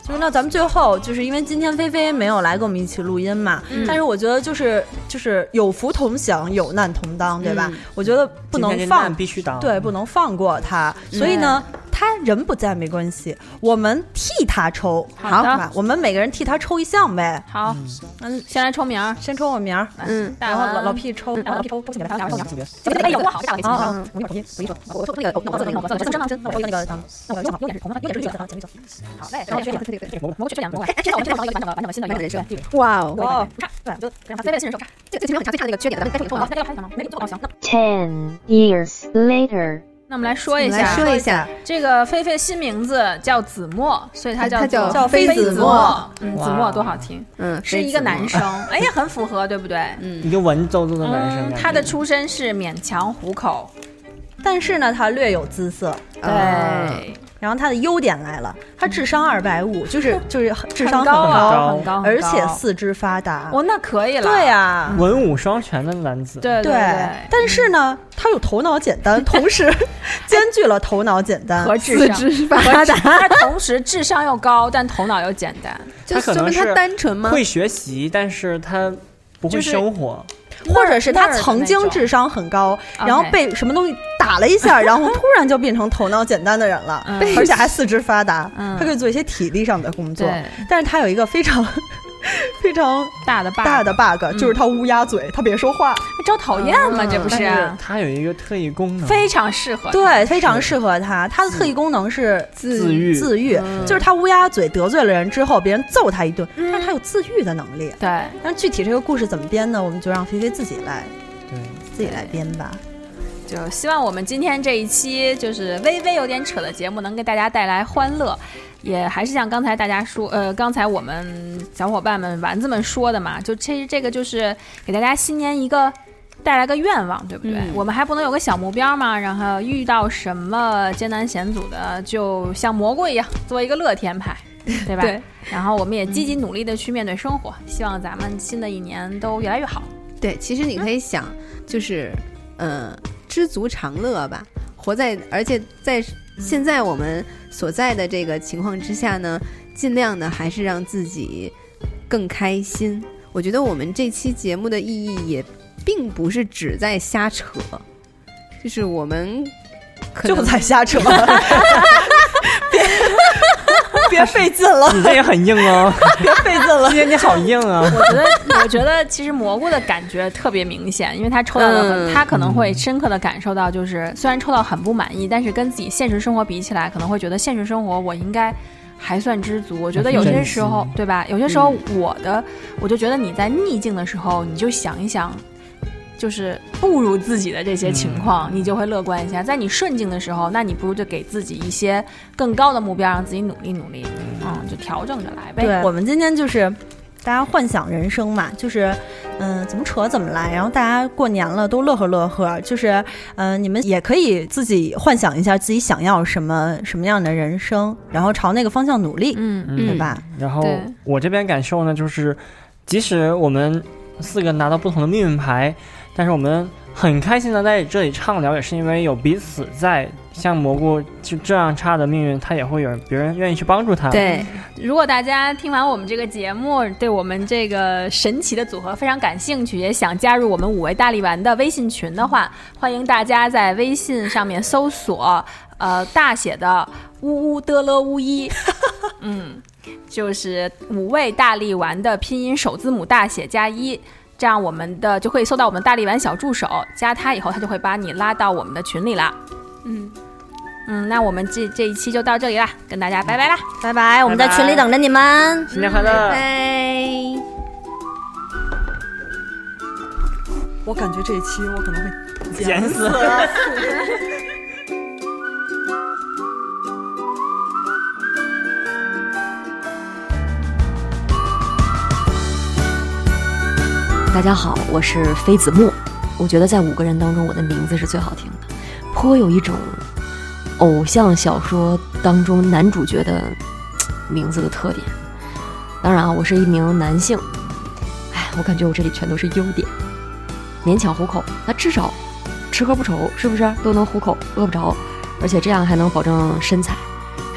B: 就是那咱们最后，就是因为今天菲菲没有来跟我们一起录音嘛，但是我觉得就是就是有福同享，有难同当，对吧？我觉得不
C: 今
B: 能
C: 天这
B: 放
C: 难必须当。
B: 对，不能放过他。所以呢，他人不在没关系，我们替他抽，
A: 好
B: 好
A: 的
B: 吧？我们每个人替他抽一项呗。
A: 好，
B: 嗯，
A: 先来抽名儿，
B: 先抽我名儿，
D: 嗯，
A: 大
B: 然后
A: 王
B: 老老 P 抽，
I: 然后抽不行的，然后抽两个，哎有我好，我一会儿重新，我一说，我抽那个，我做那个，我做那个真真，那我一个那个，那我用好，用点是红的，用点是绿色的，前面好嘞，然后这两个，蘑菇，蘑菇这两个，哎，这我这我一个完整的，完整的新的，完整的人设，
D: 哇哦，
I: 哇，不差，对，就让他 C 位的新人手差，
D: 这这前面很长最差那个缺点，咱们该抽
I: 我
D: 抽
I: 老
D: 啊。
I: 三要拍什么？没你做好行，那
F: Ten years later.
A: 那我们来说一
D: 你来
A: 下，
D: 说一下，
A: 这个菲菲新名字叫子墨，所以他叫
D: 他叫
A: 做
D: 叫
A: 菲
D: 菲
A: 子
D: 子
A: 墨
D: 墨，
A: 嗯，
C: 哇
A: 子墨多好听，
D: 嗯，
A: 是一个男生，哎，也很符合，对不对？
C: 一个文绉绉的男生
A: 嗯，
C: 感觉，
A: 他的出身是勉强糊口，
B: 但是呢，他略有姿色。
D: 哦
A: 对，
B: 然后他的优点来了，他智商二百五，就是就是很智
A: 很
B: 商很
A: 啊，
C: 高
A: 很高，
B: 而且
A: 很
B: 四肢发达
A: 高。哦，那可以了，嗯
B: 对呀，
C: 文武双全的男子，
A: 对
B: 对
A: 对，
B: 但是呢，他有头脑简
A: [LAUGHS]
B: 单，同时兼具了头脑简单
A: 和智商。
D: 肢发达，
A: 他同时智商又高，但头脑又简单。
D: [LAUGHS] 就说明他单纯吗？
C: 会学习，但是他不会
A: 就是
C: 生活，
B: 或者是他
A: 那儿的
B: 曾
A: 那
B: 经
A: 种
B: 智商很高，然后
A: OK
B: 被什么东西打了一
A: [LAUGHS]
B: 下，然后突然就变成头脑简单的人了，
A: 嗯
B: 而且还四肢发达，
A: 嗯
B: 他可以做一些体力上的工作。
A: 对
B: 但是他有一个非常 [LAUGHS] 非常
A: 大的爸
B: 大的 bug，、
A: 嗯
B: 就是他乌鸦嘴，他别说话。
A: 招讨厌嘛，这不
C: 但
A: 是啊
C: 是他有一个特异功能，
A: 非常适合他
B: 对，非常适合他。他的特异功能是
C: 自愈
B: 自愈，就是他乌鸦嘴得罪了人之后，别人揍他一顿，
A: 嗯
B: 但是他有自愈的能力。
A: 对，
B: 但具体这个故事怎么编呢？我们就让菲菲自己来
C: 对，
B: 自己来编吧。
A: 就希望我们今天这一期就是微微有点扯的节目，能给大家带来欢乐。也还是像刚才大家说，呃，刚才我们小伙伴们、丸子们说的嘛，就其实这个就是给大家新年一个带来个愿望，对不对？我们还不能有个小目标嘛？然后遇到什么艰难险阻的，就像蘑菇一样做一个乐天派，对吧？
D: 对
A: 然后我们也积极努力的去面对生活，希望咱们新的一年都越来越好。
D: 对，其实
B: 嗯
D: 你可以想，就是，呃，知足常乐吧，活在，而且在
B: 嗯
D: 现在我们所在的这个情况之下呢，尽量的还是让自己更开心。我觉得我们这期节目的意义也并不是只在瞎扯，就是我们可能
B: 就在瞎扯， [LAUGHS] 别别费劲
C: [LAUGHS]
B: 了，
C: 你这也很硬哦，
B: 别费劲了。
C: 今天你好硬啊，
A: 我觉得，我觉得其实蘑菇的感觉特别明显，因为他抽到的很，
D: 嗯
A: 他可能会深刻的感受到，就是虽然抽到很不满意，但是跟自己现实生活比起来，可能会觉得现实生活我应该还算知嗯足。我觉得有些时候
C: 珍惜，
A: 对吧？有些时候我的，我就觉得你在逆境的时候，你就想一想。就是不如自己的这些情况，你就会乐观一下。在你顺境的时候，那你不如就给自己一些更高的目标，让自己努力努力，嗯，就调整着来呗。
B: 哎对，我们今天就是大家幻想人生嘛，就是嗯、怎么扯怎么来，然后大家过年了都乐呵乐呵，就是嗯、你们也可以自己幻想一下自己想要什么什么样的人生，然后朝那个方向努力，
A: 嗯，
C: 嗯
B: 对吧？
C: 然后
A: 对
C: 我这边感受呢，就是即使我们四个拿到不同的命运牌，但是我们很开心的在这里畅聊，也是因为有彼此在。像蘑菇就这样差的命运，他也会有人别人愿意去帮助他。，
D: 对
A: 如果大家听完我们这个节目，对我们这个神奇的组合非常感兴趣，也想加入我们五位大力丸的微信群的话，欢迎大家在微信上面搜索呃大写的呜呜的了呜一，嗯，就是五位大力丸的拼音首字母大写加一。这样我们的就可以搜到我们大力丸小助手，加他以后，他就会把你拉到我们的群里啦。
D: 嗯，
A: 嗯，那我们这这一期就到这里啦，跟大家拜拜啦。
B: 拜拜，哎我们在群里等着你们。
C: 新年快乐！
D: 拜。
J: 我感觉这一期我可能会
C: 剪死。
I: 大家好，我是妃子木。我觉得在五个人当中，我的名字是最好听的，颇有一种偶像小说当中男主角的嘖名字的特点。当然啊，我是一名男性。哎，我感觉我这里全都是优点，勉强糊口，那至少吃喝不愁，是不是都能糊口，饿不着，而且这样还能保证身材，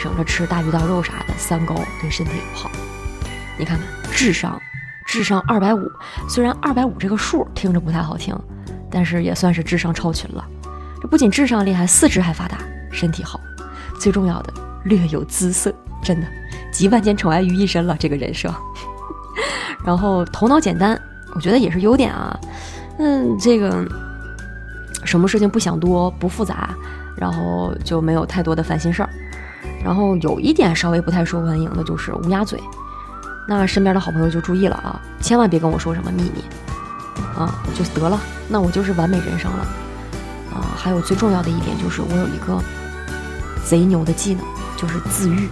I: 省着吃大鱼大肉啥的，三高对身体也不好。你看看，智商，智商二百五，虽然二百五这个数听着不太好听，但是也算是智商超群了。这不仅智商厉害，四肢还发达，身体好，最重要的略有姿色，真的集万千宠爱于一身了这个人设。 [LAUGHS] 然后头脑简单，我觉得也是优点啊。嗯，这个什么事情不想多，不复杂，然后就没有太多的烦心事儿。然后有一点稍微不太受欢迎的就是乌鸦嘴，那身边的好朋友就注意了啊，千万别跟我说什么秘密啊，就得了，那我就是完美人生了啊。还有最重要的一点就是我有一个贼牛的技能，就是自愈，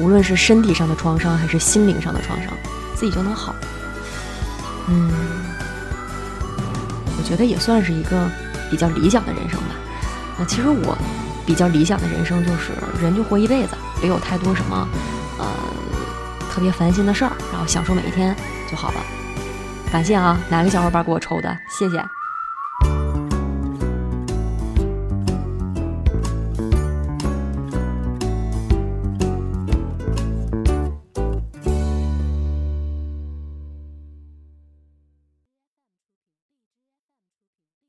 I: 无论是身体上的创伤还是心灵上的创伤，自己就能好。嗯，我觉得也算是一个比较理想的人生吧。啊，其实我比较理想的人生就是人就活一辈子，别有太多什么呃特别烦心的事儿，然后享受每一天就好了。感谢啊，哪个小伙伴给我抽的？谢谢。